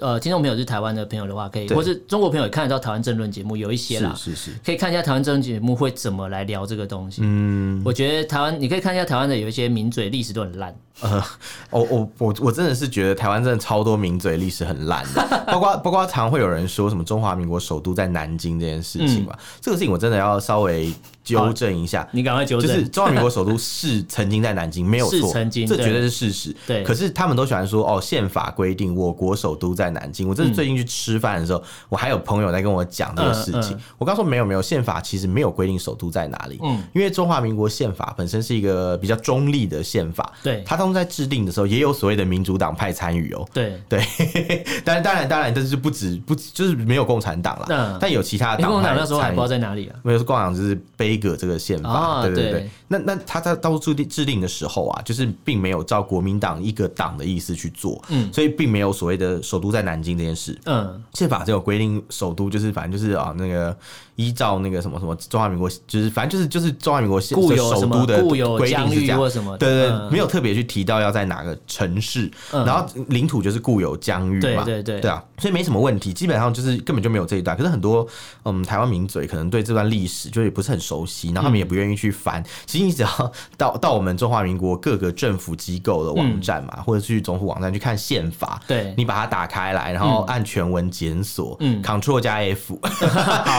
Speaker 1: 呃，听众朋友是台湾的朋友的话，可以，
Speaker 2: 对
Speaker 1: 或是中国朋友也看得到台湾政论节目有一些啦，
Speaker 2: 是是，
Speaker 1: 可以看一下台湾政论节目会怎么来聊这个东西。
Speaker 2: 嗯，
Speaker 1: 我觉得台湾，你可以看一下台湾的有一些名嘴历史都很烂，
Speaker 2: 呃，我我我我真的是觉得台湾真的超多名嘴历史很烂 的，包括包括常会有人说什么中华民国首都在南京这件事
Speaker 1: 嗯
Speaker 2: 情嘛，这个事情我真的要稍微纠正一下。
Speaker 1: 你赶快纠
Speaker 2: 就
Speaker 1: 正。
Speaker 2: 是中华民国首都是曾经在南京，没有
Speaker 1: 是
Speaker 2: 错，
Speaker 1: 曾经
Speaker 2: 这
Speaker 1: 对
Speaker 2: 绝对是事实。
Speaker 1: 对
Speaker 2: 可是他们都喜欢说哦，宪法规定我国首都在南京。我
Speaker 1: 嗯
Speaker 2: 真的最近去吃饭的时候，我还有朋友在跟我讲这个事
Speaker 1: 嗯
Speaker 2: 情。
Speaker 1: 嗯
Speaker 2: 我刚说没有没有，宪法其实没有规定首都在哪里。
Speaker 1: 嗯
Speaker 2: 因为中华民国宪法本身是一个比较中立的宪法，
Speaker 1: 对
Speaker 2: 它当中在制定的时候也有所谓的民主党派参与哦。
Speaker 1: 对，
Speaker 2: 对，当然当然当然，但是不止不止就是没有共产党啦，
Speaker 1: 嗯
Speaker 2: 但有其他的
Speaker 1: 因为共
Speaker 2: 啊党派
Speaker 1: 产党那时候还
Speaker 2: 参
Speaker 1: 不知
Speaker 2: 与
Speaker 1: 道在哪里啊。
Speaker 2: 没有，是共产党就是背个这个宪法，
Speaker 1: 啊
Speaker 2: 对对
Speaker 1: 对
Speaker 2: 对。那那他在当初制定制定的时候啊，就是并没有照国民党一个党的意思去做，
Speaker 1: 嗯
Speaker 2: 所以并没有所谓的首都在南京这件事。
Speaker 1: 嗯，
Speaker 2: 宪法只有规定首都就是反正就是啊那个依照那个什么什么中华民国就是反正就是就是中华民国
Speaker 1: 固有
Speaker 2: 首
Speaker 1: 什
Speaker 2: 都
Speaker 1: 么
Speaker 2: 的
Speaker 1: 固有
Speaker 2: 规定
Speaker 1: 疆
Speaker 2: 是这
Speaker 1: 域
Speaker 2: 样
Speaker 1: 或。什么的？
Speaker 2: 对对，
Speaker 1: 嗯
Speaker 2: 没有特别去提到要在哪个城市，
Speaker 1: 嗯
Speaker 2: 然后领土就是固有疆域嘛，
Speaker 1: 对对对
Speaker 2: 啊，所以没什么问题，基本上就是根本就没有这一段。可是很多嗯台湾名嘴可能对这段历史就也不是很熟悉，然后他
Speaker 1: 嗯
Speaker 2: 们也不愿意去翻。其实你只要到到我们中华民国各个政府机构的网站嘛，或者去总府网站去看宪法，
Speaker 1: 嗯对
Speaker 2: 你把它打开来，然后按全文检索，
Speaker 1: 嗯
Speaker 2: 嗯，Ctrl 加 F，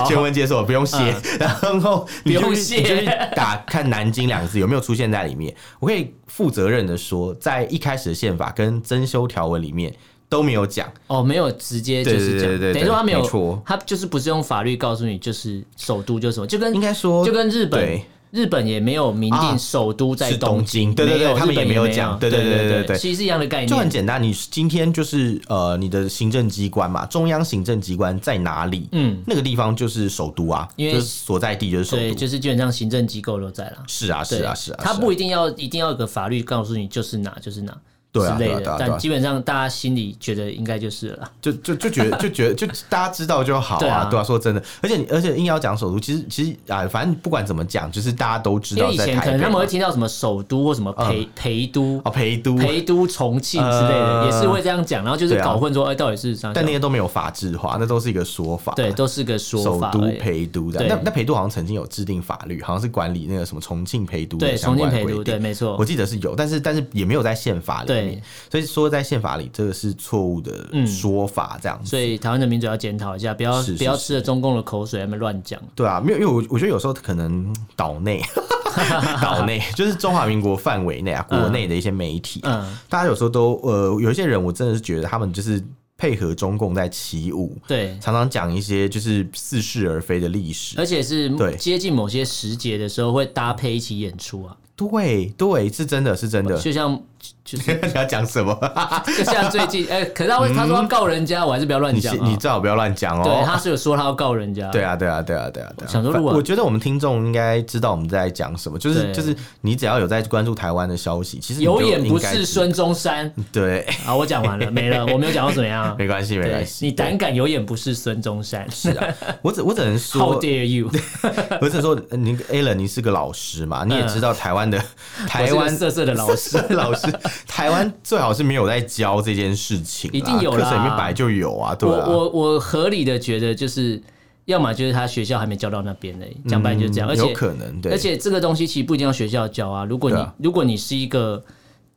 Speaker 2: 全文解锁不用写， 然后你
Speaker 1: 嗯
Speaker 2: 就
Speaker 1: 不用
Speaker 2: 去
Speaker 1: 写
Speaker 2: 你就去打看“南京”两个字有没有出现在里面。我可以负责任的说，在一开始的宪法跟增修条文里面都没有讲。
Speaker 1: 哦，没有直接就
Speaker 2: 对
Speaker 1: 是
Speaker 2: 对
Speaker 1: 讲，
Speaker 2: 对对
Speaker 1: 等于说他没
Speaker 2: 没
Speaker 1: 有，
Speaker 2: 错
Speaker 1: 他就是不是用法律告诉你，就是首都就是什么，就
Speaker 2: 应
Speaker 1: 跟
Speaker 2: 该说
Speaker 1: 就跟日本
Speaker 2: 对
Speaker 1: 日本也没有明
Speaker 2: 啊
Speaker 1: 定首都在
Speaker 2: 是东
Speaker 1: 京，
Speaker 2: 京对对对
Speaker 1: 没有
Speaker 2: 他们
Speaker 1: 日本
Speaker 2: 也没有
Speaker 1: 有
Speaker 2: 讲对
Speaker 1: 对
Speaker 2: 对对对
Speaker 1: 对
Speaker 2: 对
Speaker 1: 其实是一样的概念，
Speaker 2: 就很简单，你今天就是呃，你的行政机关嘛，中央行政机关在哪里？
Speaker 1: 嗯，
Speaker 2: 那个地方就是首都啊，
Speaker 1: 因为
Speaker 2: 就是所在地就是首
Speaker 1: 对，
Speaker 2: 都。
Speaker 1: 就是基本上行政机构都在啦。
Speaker 2: 是啊，
Speaker 1: 对
Speaker 2: 是啊，是啊，
Speaker 1: 他
Speaker 2: 是啊
Speaker 1: 不一定要一定要有个法律告诉你就是哪就是哪
Speaker 2: 对啊
Speaker 1: 之类
Speaker 2: 对啊对
Speaker 1: 的
Speaker 2: 啊，对啊
Speaker 1: 但基本上大家心里觉得应该就是了啦。
Speaker 2: 就就就觉得就觉得就大家知道就好
Speaker 1: 对
Speaker 2: 啊
Speaker 1: 啊，
Speaker 2: 对啊，说真的，而且你而且硬要讲首都，其实其实啊，反正不管怎么讲，就是大家都知
Speaker 1: 因
Speaker 2: 道
Speaker 1: 为以
Speaker 2: 在
Speaker 1: 前可
Speaker 2: 台
Speaker 1: 能
Speaker 2: 北
Speaker 1: 他们
Speaker 2: 嘛
Speaker 1: 会听到什么首都或什
Speaker 2: 嗯
Speaker 1: 么陪陪都
Speaker 2: 哦陪都，
Speaker 1: 陪都重庆之类的，
Speaker 2: 呃
Speaker 1: 也是会这样讲，然后就是
Speaker 2: 对啊
Speaker 1: 搞混说，哎，到底是啥？
Speaker 2: 但那些都没有法制化，那都是一个说法。
Speaker 1: 对，都是个说
Speaker 2: 首
Speaker 1: 法
Speaker 2: 都
Speaker 1: 而已。
Speaker 2: 陪都的，
Speaker 1: 对
Speaker 2: 那那陪都好像曾经有制定法律，好像是管理那个什么重庆陪都的
Speaker 1: 对，
Speaker 2: 相
Speaker 1: 重庆
Speaker 2: 关
Speaker 1: 陪
Speaker 2: 规
Speaker 1: 都，
Speaker 2: 定。
Speaker 1: 对，没错
Speaker 2: 我。记得是有，但是但是也没有在宪法里面
Speaker 1: 哦对，
Speaker 2: 所以说在宪法里这个是错误的
Speaker 1: 嗯
Speaker 2: 说法，这样子。
Speaker 1: 所以台湾的民主要检讨一下，不要
Speaker 2: 是是
Speaker 1: 不要
Speaker 2: 是
Speaker 1: 吃了中共的口水，他们乱讲。
Speaker 2: 对啊，没有，因为我我觉得有时候可能岛内， 岛内 就是中华民国范围内啊，国内的一些媒体啊、
Speaker 1: 嗯，
Speaker 2: 大家有时候都呃，有一些人我真的是觉得他们就是配合中共在起舞，
Speaker 1: 对，
Speaker 2: 常常讲一些就是似是而非的历史。
Speaker 1: 而且是
Speaker 2: 对
Speaker 1: 接近某些时节的时候会搭配一起演出啊，
Speaker 2: 对对，是真的是真的。
Speaker 1: 就像就是
Speaker 2: 你要讲什么？
Speaker 1: 就像最 近，哎、可是他会他说要告人家，我还是不要乱
Speaker 2: 你
Speaker 1: 讲、啊。
Speaker 2: 嗯你最好不要乱讲哦。
Speaker 1: 对，他是有说他要告人家。
Speaker 2: 对啊，对啊，对啊，对啊，对啊。
Speaker 1: 想说如果
Speaker 2: 反我觉得我们听众应该知道我们在讲什么，就是
Speaker 1: 对
Speaker 2: 就是你只要有在关注台湾的消息，其实你就
Speaker 1: 有眼不
Speaker 2: 应该
Speaker 1: 识
Speaker 2: 知道。
Speaker 1: 孙中山
Speaker 2: 对，
Speaker 1: 啊！我讲完了，没了，我没有讲到怎么样啊。
Speaker 2: 没关系，没关
Speaker 1: 对，
Speaker 2: 系。
Speaker 1: 你胆敢有眼不识孙中山是啊
Speaker 2: 我只我只能
Speaker 1: ，How
Speaker 2: 说，
Speaker 1: dare you！
Speaker 2: 我只能说，呃你 Alan 你是个老师嘛，你也知道台湾的台
Speaker 1: 嗯我
Speaker 2: 湾
Speaker 1: 是个色色的老师，
Speaker 2: 师 老师，台湾最好是没有在教这件事情啦，啊
Speaker 1: 一定有啦
Speaker 2: 课程里面本来就有啊，对
Speaker 1: 我
Speaker 2: 啊。
Speaker 1: 我我合理的觉得就是，要么就是他学校还没教到那边嘞，讲白了就是这样，
Speaker 2: 嗯
Speaker 1: 而
Speaker 2: 有
Speaker 1: 且
Speaker 2: 可能对，
Speaker 1: 而且这个东西其实不一定要学校教啊。如果你、
Speaker 2: 对啊
Speaker 1: 如果你是一个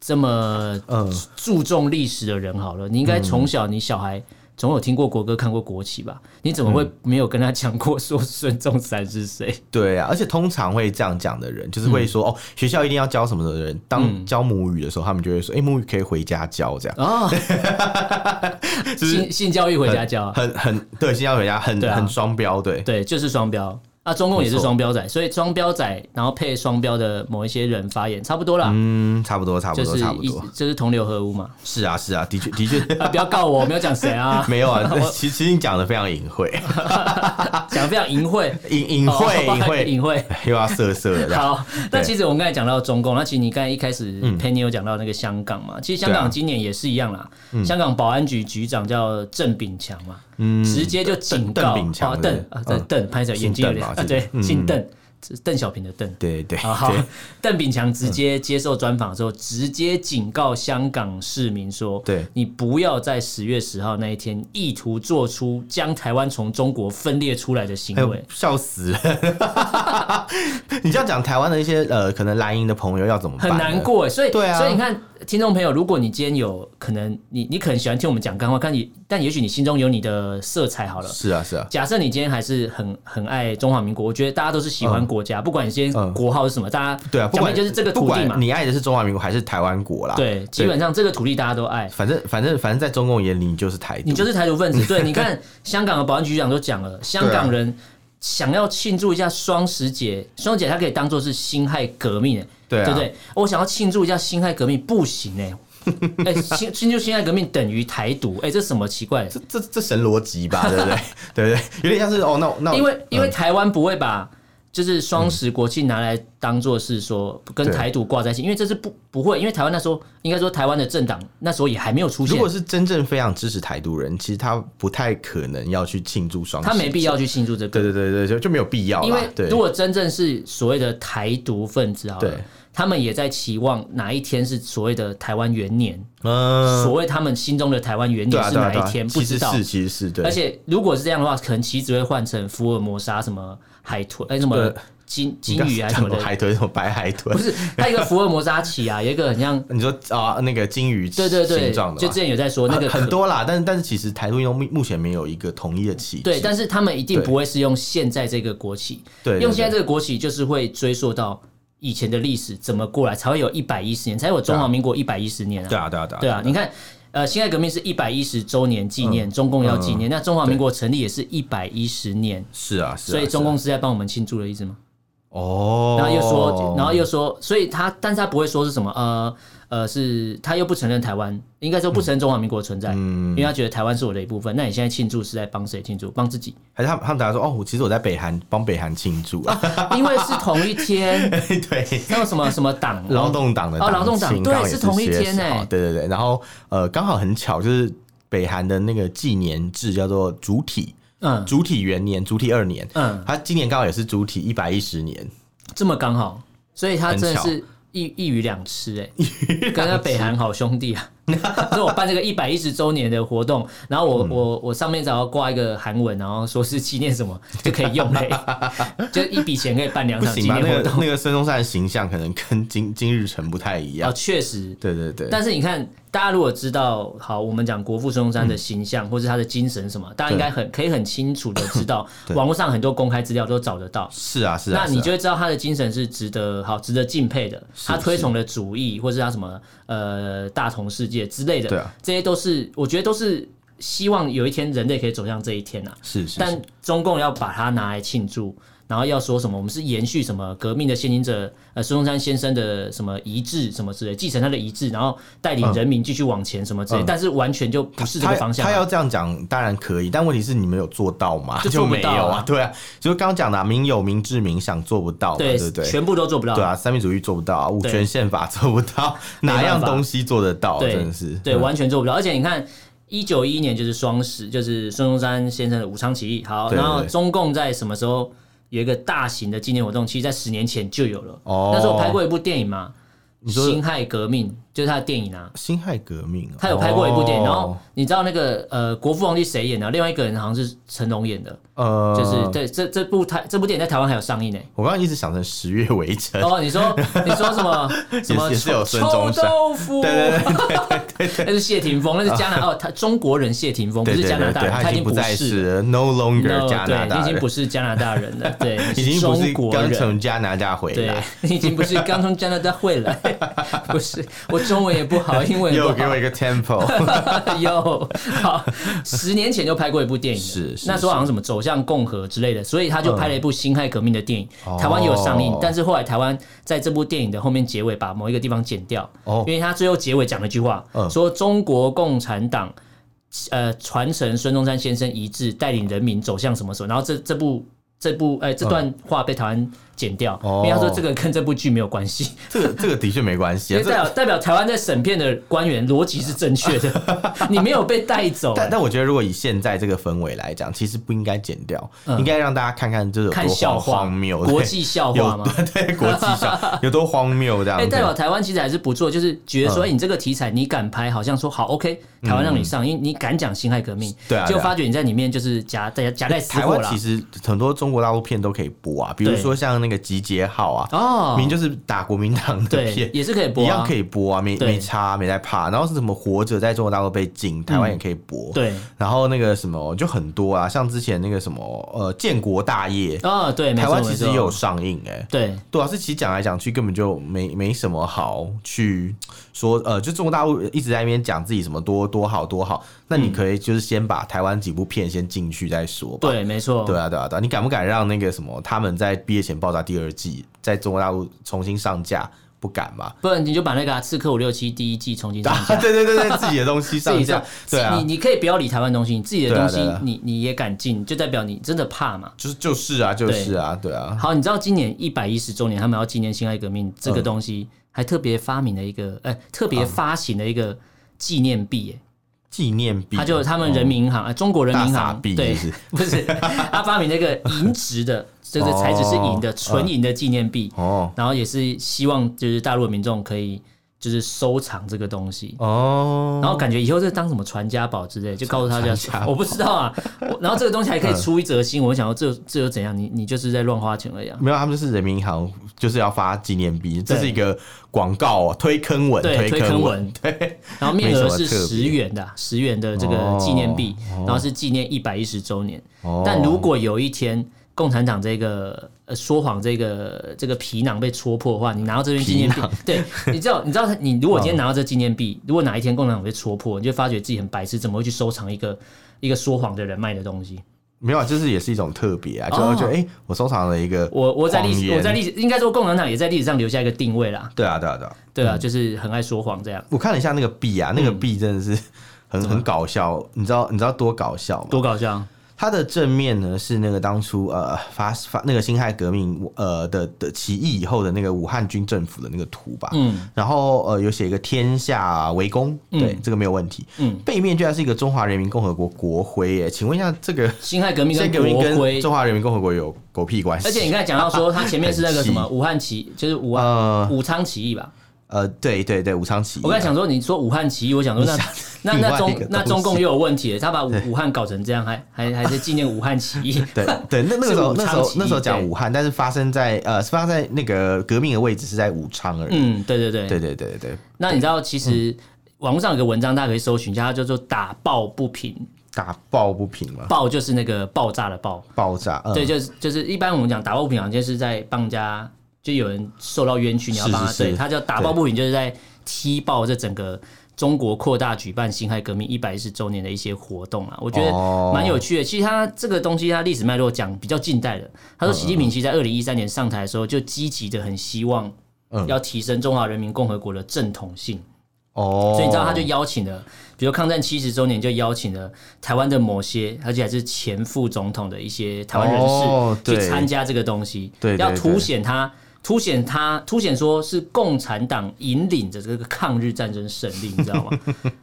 Speaker 1: 这么
Speaker 2: 嗯
Speaker 1: 注重历史的人，好了，你应该从小你小孩总有听过国歌、看过国旗吧？你怎么
Speaker 2: 嗯
Speaker 1: 会没有跟他讲过说孙中山是谁？
Speaker 2: 对啊，而且通常会这样讲的人，就是会
Speaker 1: 嗯
Speaker 2: 说、哦，学校一定要教什么的人，当教母语的时候，他们就会说，哎、母语可以回家教这样。
Speaker 1: 哦，
Speaker 2: 是
Speaker 1: 性性教育回家教啊，
Speaker 2: 很很对，新疆回家很、
Speaker 1: 对啊
Speaker 2: 很双标，对
Speaker 1: 对，就是双标。啊，中共也是
Speaker 2: 没错
Speaker 1: 双标仔，所以双标仔，然后配双标的某一些人发言，差不多啦，
Speaker 2: 嗯，差不多，差不
Speaker 1: 就
Speaker 2: 多，
Speaker 1: 是
Speaker 2: 差不
Speaker 1: 一
Speaker 2: 多，，
Speaker 1: 就是同流合污嘛。
Speaker 2: 是啊，是啊，的确，的确
Speaker 1: 啊，不要告我，我没有讲谁 啊，
Speaker 2: 没有啊， 其其实你讲的非常隐晦，
Speaker 1: 讲得非常淫秽，
Speaker 2: 隐隐晦，
Speaker 1: 哦
Speaker 2: 隐晦，
Speaker 1: 隐晦。
Speaker 2: 又要色色的这样，
Speaker 1: 好，那
Speaker 2: 对嗯
Speaker 1: 其实我们刚才讲到中共，那其实你刚才一开始 Penny 有讲到那个香港嘛，其实香
Speaker 2: 对啊嗯
Speaker 1: 港今年也是一样啦。香港保安局局长叫邓炳强嘛，直接就警告
Speaker 2: 邓邓嗯炳强
Speaker 1: 哦
Speaker 2: 是不是
Speaker 1: 邓啊对
Speaker 2: 嗯
Speaker 1: 邓，拍手眼睛有点啊
Speaker 2: 姓邓吧嗯是
Speaker 1: 对，姓邓，是邓小平的邓。
Speaker 2: 对对
Speaker 1: 啊好好
Speaker 2: 对，嗯
Speaker 1: 邓炳强直接接受专访的时候，直接警告香港市民说：“
Speaker 2: 对
Speaker 1: 你不要在十月十号那一天意图做出将台湾从中国分裂出来的行
Speaker 2: 还有
Speaker 1: 为。
Speaker 2: 哎笑死了， 你这样讲台湾的一些呃，可能蓝营的朋友要怎么”办
Speaker 1: 很
Speaker 2: 呢？
Speaker 1: 难过耶，欸所以
Speaker 2: 对啊
Speaker 1: 所以你看，听众朋友，如果你今天有可能，你你可能喜欢听我们讲干话，但你但也许你心中有你的色彩好了。
Speaker 2: 是啊，是啊，
Speaker 1: 假设你今天还是很很爱中华民国，我觉得大家都是喜欢国家，不管你今天
Speaker 2: 嗯
Speaker 1: 国号是什么，大家
Speaker 2: 对啊，不
Speaker 1: 讲
Speaker 2: 管
Speaker 1: 的就是这个
Speaker 2: 不
Speaker 1: 土地嘛
Speaker 2: 管，你爱的是中华民国还是台湾国啦，
Speaker 1: 对，基本上这个土地大家都爱。
Speaker 2: 反正反正反正在中共眼里你就是台独，
Speaker 1: 你就是台独分子。对， 你看香港的保安局长都讲了，香港
Speaker 2: 啊
Speaker 1: 人想要庆祝一下双十节，双十节它可以当做是辛亥革命、欸，
Speaker 2: 对啊
Speaker 1: 对不对？我想要庆祝一下辛亥革命，不行 哎、欸，哎、庆庆祝辛亥革命等于台独，哎、这什么奇怪？
Speaker 2: 这这这神逻辑 吧，对不对？对不对？有点像是哦，那我那我
Speaker 1: 因为因为
Speaker 2: 嗯
Speaker 1: 台湾不会把。就是双十国庆拿来当做是说跟
Speaker 2: 对
Speaker 1: 台独挂在一起，因为这是不不会，因为台湾那时候应该说台湾的政党那时候也还没有出
Speaker 2: 如
Speaker 1: 现
Speaker 2: 果，是真正非常支持台独人，其实他不太可能要去庆祝双十，
Speaker 1: 他没必。要去庆祝这个
Speaker 2: 对。对对对，就就没有必要啦。
Speaker 1: 因为
Speaker 2: 对
Speaker 1: 如果真正是所谓的台独分子好了
Speaker 2: 对，
Speaker 1: 他们也在期望哪一天是所谓的台湾元年，
Speaker 2: 嗯，
Speaker 1: 所谓他们心中的台湾元
Speaker 2: 对
Speaker 1: 年
Speaker 2: 啊
Speaker 1: 是
Speaker 2: 对啊
Speaker 1: 哪
Speaker 2: 对啊
Speaker 1: 一天，不
Speaker 2: 其
Speaker 1: 知
Speaker 2: 实
Speaker 1: 道。
Speaker 2: 是其实是对，
Speaker 1: 而且如果是这样的话，可能旗子会换成福尔摩沙什么海豚，哎什么
Speaker 2: 对
Speaker 1: 金
Speaker 2: 你
Speaker 1: 金
Speaker 2: 刚
Speaker 1: 鱼还是什
Speaker 2: 讲
Speaker 1: 么
Speaker 2: 什么
Speaker 1: 的，
Speaker 2: 海豚，什 么白海
Speaker 1: 不
Speaker 2: 豚，
Speaker 1: 是，它一个福尔摩沙旗啊，有一个很像，
Speaker 2: 你说啊那个金鱼
Speaker 1: 对对对，
Speaker 2: 形状的嘛，
Speaker 1: 就之前有在说那个
Speaker 2: 很很
Speaker 1: 可。
Speaker 2: 多啦，但是但是其实台独运动目目前没有一个统一的旗帜，
Speaker 1: 对，但是他们一定
Speaker 2: 对
Speaker 1: 不会是用现在这个国旗，
Speaker 2: 对
Speaker 1: 用现在
Speaker 2: 在
Speaker 1: 这个国旗，就是会追溯到以前的历史怎么过来，才会有一百一十年，才有中华民国一百一十年啊。
Speaker 2: 对啊对啊对啊嗯
Speaker 1: 对啊，你看，呃，辛亥革命是一百一十周年纪念，中共要纪念，那中华民国成立也是一百一十年，
Speaker 2: 是啊是啊，
Speaker 1: 所以中共
Speaker 2: 是啊
Speaker 1: 是在帮我们庆祝的意思吗？
Speaker 2: 哦，
Speaker 1: 然后又说，然后又说，所以他，但是他不会说是什么，呃呃，是他又不承认台湾，应该说
Speaker 2: 嗯
Speaker 1: 不承认中华民国的存在，因为他觉得台湾是我的一部分。那你现在庆祝是在帮谁庆祝？帮自 己，
Speaker 2: 还是他们他们大家说哦，我其实我在北韩帮北韩庆祝啊，
Speaker 1: 因为是同一天，
Speaker 2: 对。
Speaker 1: 还有什么什么党
Speaker 2: 劳动党的
Speaker 1: 啊哦劳动党
Speaker 2: 庆
Speaker 1: 对
Speaker 2: 刚好也
Speaker 1: 是同一
Speaker 2: 10月
Speaker 1: 天
Speaker 2: 10号
Speaker 1: 欸
Speaker 2: 对对对，然后呃，刚好很巧，就是北韩的那个纪年制叫做主体，
Speaker 1: 嗯
Speaker 2: 主体元年、主体二年，
Speaker 1: 嗯，
Speaker 2: 它今年刚好也是主体一百一十年，
Speaker 1: 这么刚好，所以他真的
Speaker 2: 很
Speaker 1: 是一一鱼两吃哎、跟那北韩好兄 弟啊。所以我办这个一百一十周年的活动，然后我、
Speaker 2: 嗯
Speaker 1: 我我上面只要挂一个韩文，然后说是纪念什么就可以 用嘞、欸就一笔钱可以办两
Speaker 2: 不
Speaker 1: 场纪
Speaker 2: 行吧？
Speaker 1: 念
Speaker 2: 那
Speaker 1: 活
Speaker 2: 个
Speaker 1: 动。
Speaker 2: 那个孙中山的形象可能跟今今日成不太一
Speaker 1: 哦，
Speaker 2: 样，
Speaker 1: 确实，
Speaker 2: 对对对，
Speaker 1: 但是你看，大家如果知道好，我们讲国父孙中山的形
Speaker 2: 嗯
Speaker 1: 象、或是他的精神什么，大家应该很可以很清楚的知 道，网络上很多公开资料都找得到。
Speaker 2: 是啊是啊，
Speaker 1: 那你
Speaker 2: 是
Speaker 1: 就
Speaker 2: 啊
Speaker 1: 会知道他的精神是值得好、值得敬佩的。他推崇的主义，或是他什么呃大同世界之类
Speaker 2: 对
Speaker 1: 的
Speaker 2: 啊，
Speaker 1: 这些都是我觉得都是希望有一天人类可以走向这一天啊。
Speaker 2: 是是，
Speaker 1: 但中共要把它拿来庆祝，然后要说什么我们是延续什么革命的先行者呃孙中山先生的什么遗志什么之类，继承他的遗志，然后带领人民继续往前什么之类，但是完全就不是这个
Speaker 2: 嗯他
Speaker 1: 方向啊。
Speaker 2: 他要这样讲当然可以，但问题是你们有做到吗？
Speaker 1: 就
Speaker 2: 就
Speaker 1: 做不
Speaker 2: 没有
Speaker 1: 到啊
Speaker 2: 啊，对啊，就是刚刚讲的、啊、民有民治民享做不到嘛，对
Speaker 1: 对
Speaker 2: 不对？
Speaker 1: 全部都做不到。
Speaker 2: 对啊，三民主义做不到啊，五
Speaker 1: 对
Speaker 2: 权宪法做不 到，
Speaker 1: 办法
Speaker 2: 哪样东西做得到？
Speaker 1: 对
Speaker 2: 真的是嗯
Speaker 1: 对，完全做不了。而且你看，一九一一年就是双十，就是孙中山先生的武昌起义。好，
Speaker 2: 对对
Speaker 1: 然后
Speaker 2: 对
Speaker 1: 中共在什么时候有一个大型的纪念活动？其实，在十年前就有了。
Speaker 2: 哦
Speaker 1: 那时候拍过一部电影嘛，
Speaker 2: 说
Speaker 1: 辛亥革命》就是他的电影啊。
Speaker 2: 辛亥革命哦，
Speaker 1: 他有拍过一部电影，
Speaker 2: 哦
Speaker 1: 然后你知道那个呃，国父皇帝谁演的？另外一个人好像是成龙演的，
Speaker 2: 呃，
Speaker 1: 就是对这这部台这部电影在台湾还有上映呢。
Speaker 2: 我刚刚一直想成十月围城，
Speaker 1: 哦，你 说你说什么什么
Speaker 2: 也是有
Speaker 1: 臭
Speaker 2: 孙中
Speaker 1: 臭
Speaker 2: 山
Speaker 1: 豆腐？
Speaker 2: 对对对对
Speaker 1: 那是谢霆锋，那是加拿 大，哦他中国人谢霆 锋，不
Speaker 2: 对
Speaker 1: 是
Speaker 2: 对
Speaker 1: 加拿
Speaker 2: 对
Speaker 1: 大
Speaker 2: 对，
Speaker 1: 人，
Speaker 2: 他已经
Speaker 1: 经
Speaker 2: 不
Speaker 1: 不
Speaker 2: 再
Speaker 1: 是。
Speaker 2: 是 no longer
Speaker 1: No，
Speaker 2: 加拿
Speaker 1: 对，你
Speaker 2: 大
Speaker 1: 已经
Speaker 2: 人
Speaker 1: 不，是加拿大 人了，对，
Speaker 2: 已经不
Speaker 1: 中
Speaker 2: 是
Speaker 1: 国
Speaker 2: 刚
Speaker 1: 人，
Speaker 2: 从加拿大回
Speaker 1: 对
Speaker 2: 来。，
Speaker 1: 你已经不是刚从加拿大回来， 不是，我中文也不好，英文也不
Speaker 2: 又
Speaker 1: 好
Speaker 2: 给我一个 tempo，
Speaker 1: 有，好，十年前就拍过一部电影了，
Speaker 2: 是是
Speaker 1: 那时候好像什么走向共和之类的，所以他就拍了一部辛亥革命的电影，台湾也有上映
Speaker 2: 哦，
Speaker 1: 但是后来台湾在这部电影的后面结尾把某一个地方剪掉，
Speaker 2: 哦
Speaker 1: 因为他最后结尾讲了一句话，
Speaker 2: 嗯
Speaker 1: 说中国共产党。呃，传承孙中山先生遗志，带领人民走向什么什么，然后这这部这部哎、这段话被台湾剪掉，
Speaker 2: 嗯哦
Speaker 1: 因为他说这个跟这部剧没有关系，
Speaker 2: 这个这个的确没关系
Speaker 1: 因
Speaker 2: 啊。
Speaker 1: 为
Speaker 2: 这
Speaker 1: 代表代表台湾在审片的官员逻辑是正确 的，你没有被带走，
Speaker 2: 但但我觉得，如果以现在这个氛围来讲，其实不应该剪掉，应该让大家看看这有
Speaker 1: 嗯
Speaker 2: 多
Speaker 1: 看笑
Speaker 2: 荒
Speaker 1: 话
Speaker 2: 荒谬，对
Speaker 1: 国际笑话
Speaker 2: 有
Speaker 1: 吗？
Speaker 2: 对国际 笑有多荒谬这样
Speaker 1: 哎，代表
Speaker 2: 子。
Speaker 1: 台湾其实还是不错，就是觉
Speaker 2: 嗯
Speaker 1: 得说，哎，你这个题材你敢拍，好像说好哦 OK，台湾让你上，因为你敢讲辛亥革命，
Speaker 2: 对啊对啊
Speaker 1: 就发觉你在里面就是夹带夹带私
Speaker 2: 台
Speaker 1: 货
Speaker 2: 湾
Speaker 1: 啦
Speaker 2: 其。实很多中国大陆片都可以播啊，比如
Speaker 1: 对
Speaker 2: 说像那个《集结号》啊，
Speaker 1: 哦，
Speaker 2: 明明就是打国民党的
Speaker 1: 对
Speaker 2: 片，，
Speaker 1: 也是可以播
Speaker 2: 一
Speaker 1: 啊，
Speaker 2: 样可以播啊，没
Speaker 1: 对嗯
Speaker 2: 没差，没在怕。然后是什么活着在中国大陆被禁，台湾也可以播。
Speaker 1: 对。
Speaker 2: 然后那个什么就很多啊，像之前那个什么呃建国大业，
Speaker 1: 哦，对，没
Speaker 2: 台
Speaker 1: 错
Speaker 2: 湾其实
Speaker 1: 没
Speaker 2: 也
Speaker 1: 错
Speaker 2: 有上映哎、
Speaker 1: 对，
Speaker 2: 对啊，是其实讲来讲去根本就没没什么好去说，呃，就中国大陆一直在那边讲自己什么多多好多好，那
Speaker 1: 嗯
Speaker 2: 你可以就是先把台湾几部片先进去再说吧。
Speaker 1: 对，没哦错，
Speaker 2: 对啊，对啊，对啊，你敢不敢让那个什么他们在毕业前爆炸第二季在中国大陆重新上架？不敢吧？
Speaker 1: 不然你就把那个啊《刺客伍六七》第一季重新上
Speaker 2: 啊， 对对对对，自己的东西
Speaker 1: 自
Speaker 2: 上
Speaker 1: 己
Speaker 2: 架
Speaker 1: 上，，
Speaker 2: 对啊
Speaker 1: 你，你可以不要理台湾东西，你自己的
Speaker 2: 对啊
Speaker 1: 东
Speaker 2: 对
Speaker 1: 西
Speaker 2: 啊
Speaker 1: 你你也敢进，就代表你真的怕嘛。
Speaker 2: 就是就是啊，就是啊，对啊，
Speaker 1: 好，你知道今年一百一十周年，他们要纪念辛亥革命这
Speaker 2: 嗯
Speaker 1: 个东西，还特别发明了一个，呃，特别发行了一个纪念币耶，
Speaker 2: 纪念啊币，哦
Speaker 1: 他就他们人民银行，呃中国人民银
Speaker 2: 大傻
Speaker 1: 行，
Speaker 2: 币
Speaker 1: 对
Speaker 2: 是，
Speaker 1: 不是，他发明了一个银质的，就是材质是银的
Speaker 2: 哦
Speaker 1: 纯银的纪念币，
Speaker 2: 哦
Speaker 1: 然后也是希望就是大陆的民众可以就是收藏这个东西。
Speaker 2: 哦，
Speaker 1: 然后感觉以后这当什么传家宝之类，就告诉大家
Speaker 2: 传家，宝嗯
Speaker 1: 我不知道啊。我然后这个东西还可以出一则新闻，我想说这这又怎样？你你就是在乱花钱而已、啊。
Speaker 2: 没有，他们就是人民银行，就是要发纪念币，这
Speaker 1: 对
Speaker 2: 是一个广告、哦，推坑文，
Speaker 1: 对推
Speaker 2: 坑
Speaker 1: 坑
Speaker 2: 文，
Speaker 1: 文
Speaker 2: 对，
Speaker 1: 然后面额是
Speaker 2: 没什么特
Speaker 1: 十
Speaker 2: 别
Speaker 1: 元的啊，十元的这个纪念币，然后是纪念一百一十周年。
Speaker 2: 哦
Speaker 1: 但如果有一天共产党这个呃说谎这个这个皮囊被戳破的话，你拿到这边纪念币，对，你知道你知道你如果
Speaker 2: 嗯
Speaker 1: 今天拿到这纪念币，如果哪一天共产党被戳破，你就发觉自己很白痴，怎么会去收藏一个一个说谎的人卖的东西？
Speaker 2: 没有啊，就是也是一种特别啊，就
Speaker 1: 哦
Speaker 2: 觉得哎、诶我收藏了一个
Speaker 1: 我我在历
Speaker 2: 谎
Speaker 1: 史
Speaker 2: 言
Speaker 1: 我在历史应该说共产党也在历史上留下一个定位啦，
Speaker 2: 对啊对啊对啊，
Speaker 1: 对啊，就是很爱说谎这样，
Speaker 2: 我看了一下那个币啊，
Speaker 1: 嗯
Speaker 2: 那个币真的是很、很搞笑，你知道你知道多搞笑吗？
Speaker 1: 多搞笑！
Speaker 2: 它的正面呢是那个当初呃发发那个辛亥革命呃的的起义以后的那个武汉军政府的那个图吧，
Speaker 1: 嗯，
Speaker 2: 然后呃有写一个天下为公，对、这个没有问题，
Speaker 1: 嗯，
Speaker 2: 背面居然是一个中华人民共和国国徽耶，请问一下这 个
Speaker 1: 辛亥革命
Speaker 2: 这
Speaker 1: 跟
Speaker 2: 个革命
Speaker 1: 国
Speaker 2: 跟
Speaker 1: 徽，
Speaker 2: 中华人民共和国有狗屁关系？
Speaker 1: 而且你刚才讲到说，他前面是那个什么
Speaker 2: 很
Speaker 1: 武汉起，就是武汉
Speaker 2: 呃
Speaker 1: 武昌起义吧？
Speaker 2: 呃对对对，武昌起义，啊
Speaker 1: 我刚才想说，你说武汉起义，我想说那
Speaker 2: 你想
Speaker 1: 那
Speaker 2: 另
Speaker 1: 那
Speaker 2: 外一
Speaker 1: 中
Speaker 2: 个东西
Speaker 1: 那中共又有问题了，他把武武汉搞成这样，还还还是纪念武汉起义。
Speaker 2: 对对，那那个时候
Speaker 1: 是武昌
Speaker 2: 那时候
Speaker 1: 起义
Speaker 2: 那时候讲
Speaker 1: 对
Speaker 2: 武汉，但是发生在呃是发生在那个革命的位置是在武昌而已。
Speaker 1: 嗯，对对对。
Speaker 2: 对对对对对，嗯
Speaker 1: 那你知道其实网络上有个文章，大家可以搜寻一下，它叫做“打抱不平
Speaker 2: 打抱不平”，嘛，
Speaker 1: 抱就是那个爆炸的爆，
Speaker 2: 爆炸。嗯、
Speaker 1: 对，就是就是一般我们讲打抱不平，好像就是在帮人家就有人受到冤屈，你要帮他，
Speaker 2: 是是是
Speaker 1: 对，他叫打抱不平，就是在踢爆这整个。中国扩大举办辛亥革命一百一十周年的一些活动啊，我觉得
Speaker 2: 哦
Speaker 1: 蛮有趣的。其实他这个东西，他历史脉络讲比较近代的。他
Speaker 2: 嗯
Speaker 1: 说，习近平其实在二零一三年上台的时候，就积极的很希望
Speaker 2: 嗯
Speaker 1: 要提升中华人民共和国的正统性。
Speaker 2: 哦，
Speaker 1: 所以你知道，他就邀请了，比如抗战七十周年，就邀请了台湾的某些，而且还是前副总统的一些台湾人
Speaker 2: 哦
Speaker 1: 士
Speaker 2: 对
Speaker 1: 去参加这个东西，
Speaker 2: 对对
Speaker 1: 要
Speaker 2: 对
Speaker 1: 凸显他。凸显他凸显说是共产党引领着这个抗日战争胜利，你知道 吗？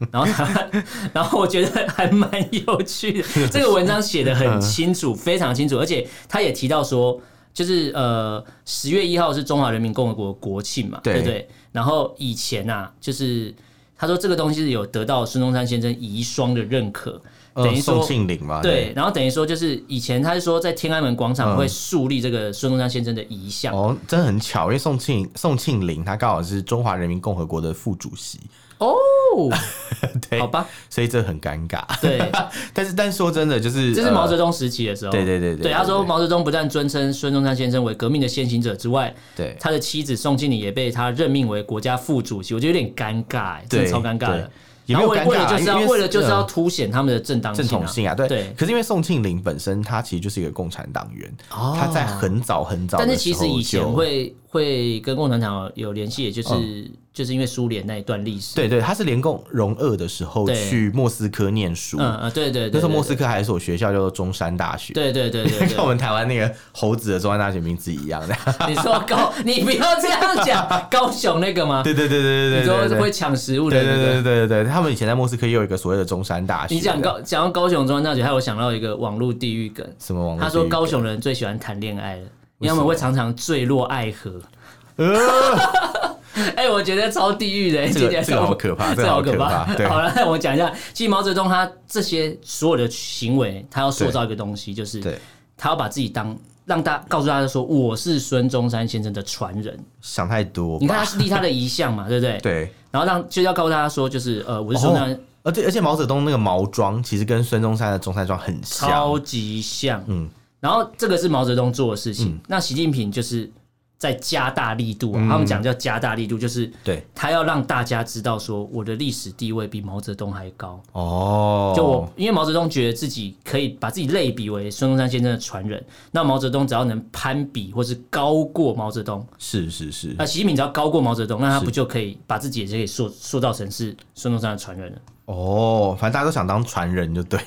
Speaker 1: 然后他，然后我觉得还蛮有趣 的，这个文章写的很清楚，非常清楚，而且他也提到说，就是呃，十月一号是中华人民共和国国庆嘛，
Speaker 2: 对
Speaker 1: 对不对？然后以前呐、啊，就是他说这个东西是有得到孙中山先生遗孀的认可，
Speaker 2: 呃
Speaker 1: 等于
Speaker 2: 宋
Speaker 1: 说。
Speaker 2: 庆龄嘛，
Speaker 1: 对，然后等于说就是以前他是说在天安门广场会树立这个孙中山先生的遗像，
Speaker 2: 哦，真的很巧，因为宋庆宋庆龄她刚好是中华人民共和国的副主席，对
Speaker 1: 好吧？
Speaker 2: 所以这很尴尬。
Speaker 1: 对，啊
Speaker 2: 但是但是说真的，就是
Speaker 1: 这是毛泽
Speaker 2: 东、
Speaker 1: 东时期的时候。
Speaker 2: 呃对对对对
Speaker 1: 对，他说
Speaker 2: 对对
Speaker 1: 毛泽东不但尊称孙中山先生为革命的先行者之外，
Speaker 2: 对
Speaker 1: 他的妻子宋庆龄也被他任命为国家副主席，我觉得有点尴尬、欸，真的
Speaker 2: 对
Speaker 1: 超尴尬
Speaker 2: 对
Speaker 1: 的。
Speaker 2: 也
Speaker 1: 然
Speaker 2: 没
Speaker 1: 后
Speaker 2: 有
Speaker 1: 为
Speaker 2: 尴
Speaker 1: 为
Speaker 2: 尬
Speaker 1: 了
Speaker 2: 啊，
Speaker 1: 就是要
Speaker 2: 因
Speaker 1: 为了就是要
Speaker 2: 嗯
Speaker 1: 凸显他们的正当
Speaker 2: 正统
Speaker 1: 性
Speaker 2: 性
Speaker 1: 啊
Speaker 2: 啊，对。
Speaker 1: 对。
Speaker 2: 可是因为宋庆龄本身她其实就是一个共产党员，
Speaker 1: 哦
Speaker 2: 她在很早很早的时候就，嗯
Speaker 1: 但是其实以前会会跟共产党有联系，也就是、就是因为苏联那一段历史。
Speaker 2: 对对，他是联共融二的时候
Speaker 1: 对
Speaker 2: 去莫斯科念书，
Speaker 1: 嗯嗯，对对对，
Speaker 2: 那时候
Speaker 1: 对
Speaker 2: 莫斯科还有一所学校叫做中山大学。
Speaker 1: 对对对 对对
Speaker 2: 跟我们台湾那个猴子的中山大学名字一样的，
Speaker 1: 你说高，你不要这样讲，高雄那个吗？
Speaker 2: 对对对对对
Speaker 1: 你说
Speaker 2: 对对
Speaker 1: 会
Speaker 2: 对，
Speaker 1: 抢食物的
Speaker 2: 对对
Speaker 1: 那个
Speaker 2: 对对。对对，他们以前在莫斯科也有一个所谓的中山大学。
Speaker 1: 你讲高讲到高雄中央大学，还有我想到一个网络地狱梗，
Speaker 2: 什么网络地狱梗？
Speaker 1: 他说高雄人最喜欢谈恋爱了，因为他们会常常坠落爱河。 哎、我觉得超地狱的、
Speaker 2: 呃这
Speaker 1: 今
Speaker 2: 个
Speaker 1: 天
Speaker 2: 这个好可怕，
Speaker 1: 这
Speaker 2: 个
Speaker 1: 好
Speaker 2: 好
Speaker 1: 可
Speaker 2: 怕。对，
Speaker 1: 好了，那我讲一下，其实毛泽东他这些所有的行为，他要塑造一个东西，就是
Speaker 2: 对
Speaker 1: 他要把自己当让大告诉大家说，我是孙中山先生的传人。
Speaker 2: 想太多
Speaker 1: 你看
Speaker 2: 吧。
Speaker 1: 他是立他的遗像嘛，对不对？。
Speaker 2: 对，哦
Speaker 1: 然后让就是要告诉大家说，就是呃，我是孙中山，
Speaker 2: 而且而且毛泽东那个毛装其实跟孙中山的中山装很像
Speaker 1: 超，级像。嗯，然后这个是毛泽东做的事情，
Speaker 2: 嗯
Speaker 1: 那习近平就是在加大力度、啊，他们讲叫加大力度，就是
Speaker 2: 对
Speaker 1: 他要让大家知道说我的历史地位比毛泽东还高。
Speaker 2: 哦，
Speaker 1: 就我，因为毛泽东觉得自己可以把自己类比为孙中山先生的传人，那毛泽东只要能攀比或是高过毛泽东，
Speaker 2: 是是是
Speaker 1: 那习近平只要高过毛泽东，那他
Speaker 2: 是
Speaker 1: 不就可以把自己也可以塑塑造成是孙中山的传人了？
Speaker 2: 哦，反正大家都想当传人就对，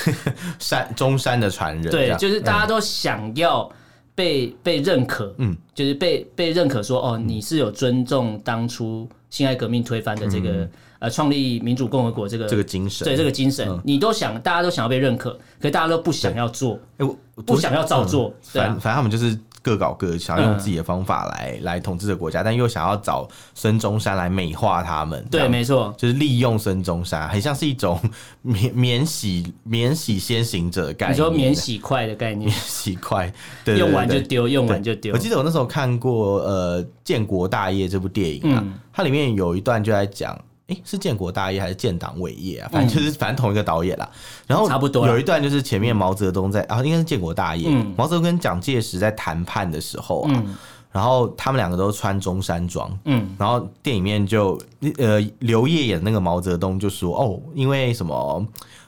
Speaker 2: 山中山的传人这
Speaker 1: 对，
Speaker 2: 样嗯
Speaker 1: 就是大家都想要被、被认可，嗯，就是被被认可说，
Speaker 2: 嗯
Speaker 1: 哦，你是有尊重当初辛亥革命推翻的这个、呃创立民主共和国这个
Speaker 2: 嗯这个嗯精神，
Speaker 1: 对这个精神，你都想，大家都想要被认可，可大家都不想要做，
Speaker 2: 哎、我我
Speaker 1: 不想要照做，对
Speaker 2: 嗯反
Speaker 1: 啊。嗯
Speaker 2: 反正他们就是各搞各，想要用自己的方法来、来统治这个国家，但又想要找孙中山来美化他们，这
Speaker 1: 对，
Speaker 2: 样
Speaker 1: 没错，
Speaker 2: 就是利用孙中山，很像是一种 免免洗免洗先行者的概
Speaker 1: 你
Speaker 2: 念，
Speaker 1: 说免洗筷的概念，
Speaker 2: 洗快，对对对
Speaker 1: 用完就
Speaker 2: 对
Speaker 1: 丢，用
Speaker 2: 对
Speaker 1: 完就丢
Speaker 2: 我。记得我那时候看过呃《建国大业》这部电影啊，
Speaker 1: 嗯
Speaker 2: 它里面有一段就在讲。诶，是建国大业还是建党伟业啊？反正就是反正同一个导演啦。然后
Speaker 1: 嗯差不多啦嗯
Speaker 2: 有一段就是前面毛泽东在啊，应该是建国大业，毛泽东跟蒋介石在谈判的时候啊，然后他们两个都穿中山装，
Speaker 1: 嗯，
Speaker 2: 然后电影里面就呃刘烨演那个毛泽东就说哦，因为什么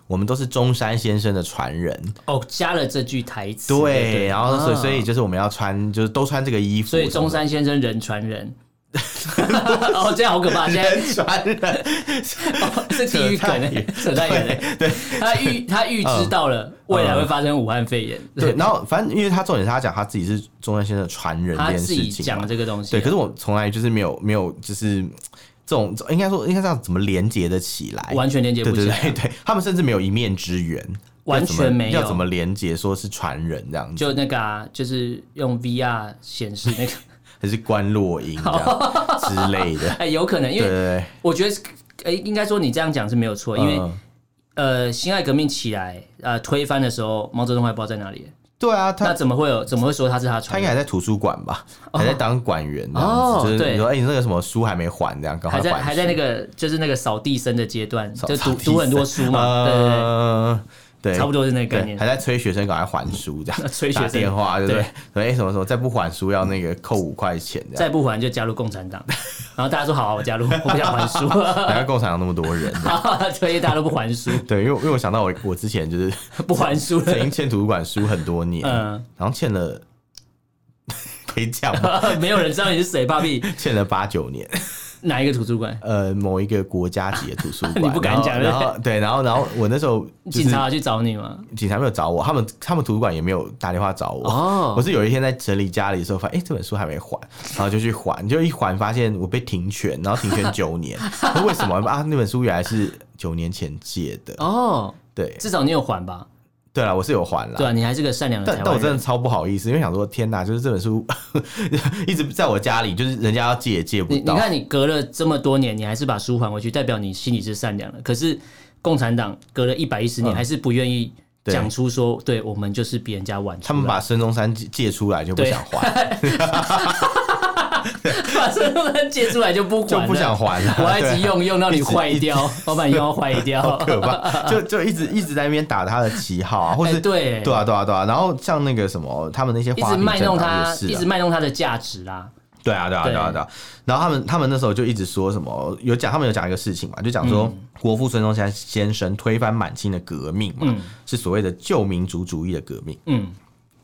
Speaker 2: 我们都是中山先生的传人。
Speaker 1: 哦，加了这句台词，
Speaker 2: 对，
Speaker 1: 对对
Speaker 2: 然后所以、
Speaker 1: 啊
Speaker 2: 所以就是我们要穿，就是都穿这个衣服。
Speaker 1: 所以中山先生人传 人。 哦，这样好可怕！现在、
Speaker 2: 传人，
Speaker 1: 哦、 是地狱梗欸，扯太远 了。对，他预他预知到了未来会发生武汉肺炎，
Speaker 2: 嗯对，然后反正因为他重点是他讲他自己是中山先生的传人这
Speaker 1: 他
Speaker 2: 件
Speaker 1: 自
Speaker 2: 事
Speaker 1: 己
Speaker 2: 情啊
Speaker 1: 讲
Speaker 2: 嘛
Speaker 1: 了这个东西。啊
Speaker 2: 对，可是我从来就是没有没有就是这种应该说应该这样怎么连接的起来？
Speaker 1: 完全连接不起来
Speaker 2: 对对对对，他们甚至没有一面之缘，
Speaker 1: 完
Speaker 2: 要怎么
Speaker 1: 全没有
Speaker 2: 要怎么连接说是传人这样子，
Speaker 1: 就那个啊，就是用 VR 显示那个，
Speaker 2: 还是关落音这样之类的？
Speaker 1: 哎、 有可 能，因
Speaker 2: 对对
Speaker 1: 为
Speaker 2: 对，
Speaker 1: 我觉得是，哎、应该说你这样讲是没有错，因为、
Speaker 2: 嗯
Speaker 1: 呃，辛亥革命起来，呃，推翻的时候，毛泽东还不知道在哪里，
Speaker 2: 对啊，
Speaker 1: 那
Speaker 2: 他
Speaker 1: 怎么会有，怎么会说他是他
Speaker 2: 他
Speaker 1: 传
Speaker 2: 应该
Speaker 1: 人？
Speaker 2: 还在图书馆吧，还在当馆员这样
Speaker 1: 哦
Speaker 2: 子，就是
Speaker 1: 对
Speaker 2: 你说哎，你那个什么书还没还这样，赶快
Speaker 1: 还在
Speaker 2: 还
Speaker 1: 还在那个就是那个扫地僧的阶段，
Speaker 2: 扫
Speaker 1: 就
Speaker 2: 扫
Speaker 1: 读
Speaker 2: 地
Speaker 1: 读很多
Speaker 2: 僧
Speaker 1: 书嘛，对对对，
Speaker 2: 嗯对，
Speaker 1: 差不多是那个概
Speaker 2: 对，
Speaker 1: 念
Speaker 2: 还。在催学生赶快还书这样，
Speaker 1: 催学生
Speaker 2: 打电话对不对
Speaker 1: 对？
Speaker 2: 说哎什么什么，再不还书要那个扣五块钱这样，
Speaker 1: 再不还就加入共产党，然后大家说好、啊，我加入，我不想还书，
Speaker 2: 难怪共产党那么多 人。
Speaker 1: 所以大家都不还书，
Speaker 2: 对，因为因为我想到我我之前就是
Speaker 1: 不还书
Speaker 2: 曾
Speaker 1: 了
Speaker 2: 经，欠图书馆书很多年，
Speaker 1: 嗯
Speaker 2: 然后欠了 可以讲 吗？
Speaker 1: 没有人知道你是谁，爸比
Speaker 2: 欠了八九年，
Speaker 1: 哪一个图书馆？
Speaker 2: 呃，某一个国家级的图书 馆，
Speaker 1: 你不敢
Speaker 2: 然后
Speaker 1: 讲
Speaker 2: 然后对，然后然后我那时候就是
Speaker 1: 警察有去找你吗？
Speaker 2: 警察没有找我，他们他们图书馆也没有打电话找我。
Speaker 1: 哦
Speaker 2: 我是有一天在整理家里的时候，发现哎、诶这本书还没还，然后就去还，就一还发现我被停权，然后停权 九年。那为什么啊？那本书原来是九年前借的。
Speaker 1: 哦，
Speaker 2: 对
Speaker 1: 至少你有还吧？
Speaker 2: 对了，我是有还了。
Speaker 1: 对啊，你还是个善良的
Speaker 2: 但
Speaker 1: 台
Speaker 2: 但我
Speaker 1: 湾
Speaker 2: 真
Speaker 1: 人
Speaker 2: 的。超不好意思，因为想说天哪，就是这本书一直在我家里，就是人家要借也借不
Speaker 1: 你你
Speaker 2: 到。
Speaker 1: 看，你隔了这么多年，你还是把书还回去，代表你心里是善良的。可是共产党隔了一百一十年，还是不愿意
Speaker 2: 嗯对
Speaker 1: 讲出说，对我们就是比人家晚出来。
Speaker 2: 他们把孙中山借借出来就不
Speaker 1: 对
Speaker 2: 想还，
Speaker 1: 把这东西借出来就不还
Speaker 2: 就
Speaker 1: 了
Speaker 2: 不想。还 了。
Speaker 1: 我还一
Speaker 2: 对
Speaker 1: 直用用到你坏 掉，老板用到坏
Speaker 2: 好
Speaker 1: 掉。
Speaker 2: 可怕，就就一直一直在那边打他的旗号啊，或
Speaker 1: 哎
Speaker 2: 是
Speaker 1: 对
Speaker 2: 对啊对啊对啊，然后像那个什么，他们那些
Speaker 1: 一
Speaker 2: 花
Speaker 1: 直
Speaker 2: 瓶
Speaker 1: 卖弄
Speaker 2: 政党
Speaker 1: 他，
Speaker 2: 也是
Speaker 1: 一
Speaker 2: 啊
Speaker 1: 直卖弄他的价值啦。
Speaker 2: 对啊对啊
Speaker 1: 对
Speaker 2: 对啊对啊，然后他们他们那时候就一直说什么，有讲他们有讲一个事情嘛，就讲
Speaker 1: 嗯
Speaker 2: 说国父孙中山先生推翻满清的革命嘛，是所谓的旧民族主义的革命。
Speaker 1: 嗯，
Speaker 2: 因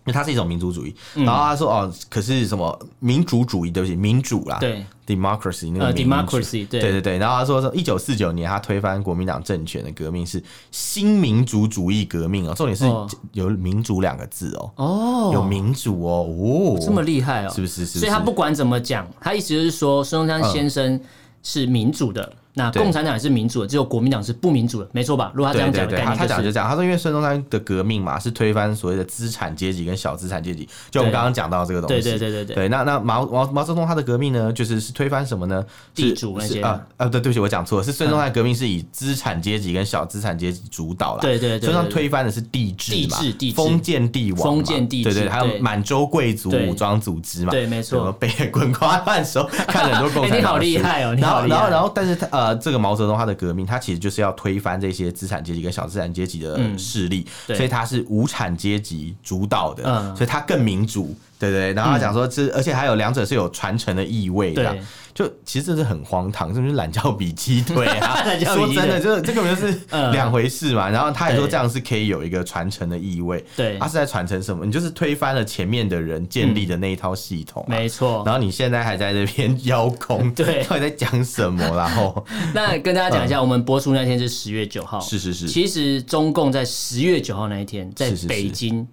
Speaker 2: 为它是一种民族主义，然后他说哦，可是什么民主主义，对不起，民主啦，
Speaker 1: 对
Speaker 2: ，democracy 那个
Speaker 1: 呃
Speaker 2: 民主
Speaker 1: ，democracy，对
Speaker 2: 对对对，然后他说说一九四九年他推翻国民党政权的革命是新民族主义革命哦，重点是
Speaker 1: 哦
Speaker 2: 有民主两个字哦，有
Speaker 1: 哦，
Speaker 2: 民主哦，哦，
Speaker 1: 这么厉害哦，
Speaker 2: 是不是？是不是？
Speaker 1: 所以他不管怎么讲，他意思就是说，孙中山先生是民主的，那
Speaker 2: 嗯对
Speaker 1: 共产党也是民主的，只有国民党是不民主的，没错吧？如果他这
Speaker 2: 对
Speaker 1: 样
Speaker 2: 对
Speaker 1: 讲的
Speaker 2: 对，
Speaker 1: 概
Speaker 2: 他
Speaker 1: 念
Speaker 2: 他讲
Speaker 1: 就，
Speaker 2: 就是这样，他说因为孙中山的革命嘛是推翻所谓的资产阶级跟小资产阶级，就我们
Speaker 1: 对
Speaker 2: 刚刚讲到这个东
Speaker 1: 对
Speaker 2: 西，
Speaker 1: 对对对对
Speaker 2: 对，那那毛毛毛泽东他的革命呢，就是是推翻什么呢？是
Speaker 1: 地主那些
Speaker 2: 是啊啊，对，对不起，我讲错了，是孙中山的革命是以资产阶级跟小资产阶级主导啦。
Speaker 1: 对对对对
Speaker 2: 孙中山推翻的是帝制嘛，
Speaker 1: 帝制帝制
Speaker 2: 封建帝王嘛，
Speaker 1: 封建帝制
Speaker 2: 对对，还
Speaker 1: 对
Speaker 2: 有满洲贵族
Speaker 1: 对
Speaker 2: 武装组织嘛，
Speaker 1: 对没错
Speaker 2: 什么北野滚瓜烂熟，看了很多共
Speaker 1: 哎
Speaker 2: 产党的书、
Speaker 1: 你好厉害哦你
Speaker 2: 然
Speaker 1: 好
Speaker 2: 后
Speaker 1: 厉害
Speaker 2: 然后然后，但是他呃，这个毛泽东他的革命，他其实就是要推翻这些资产阶级跟小资产阶级的势力，
Speaker 1: 嗯对
Speaker 2: 所以他是无产阶级主导的，
Speaker 1: 嗯
Speaker 2: 所以他更民主。对对，对然后他讲说这，而且还有两者是有传承的意味的
Speaker 1: 对，
Speaker 2: 就其实这是很荒唐，这就是懒觉比鸡腿啊
Speaker 1: 懒。觉比
Speaker 2: 说
Speaker 1: 鸡腿
Speaker 2: 真的，就是这根本就是
Speaker 1: 嗯
Speaker 2: 两回事嘛。然后他也说
Speaker 1: 对
Speaker 2: 这样是可以有一个传承的意味，
Speaker 1: 对
Speaker 2: 他是在传承什么？你就是推翻了前面的人建立的那一套系统啊，
Speaker 1: 没错。
Speaker 2: 然后你现在还在那边邀 功，
Speaker 1: 对
Speaker 2: 到底在讲什么啦？然哦后
Speaker 1: 那跟大家
Speaker 2: 嗯
Speaker 1: 讲一下，我们播出那天是十月九号，
Speaker 2: 是是是
Speaker 1: 其实中共在十月九号那一天，在
Speaker 2: 是是是
Speaker 1: 北京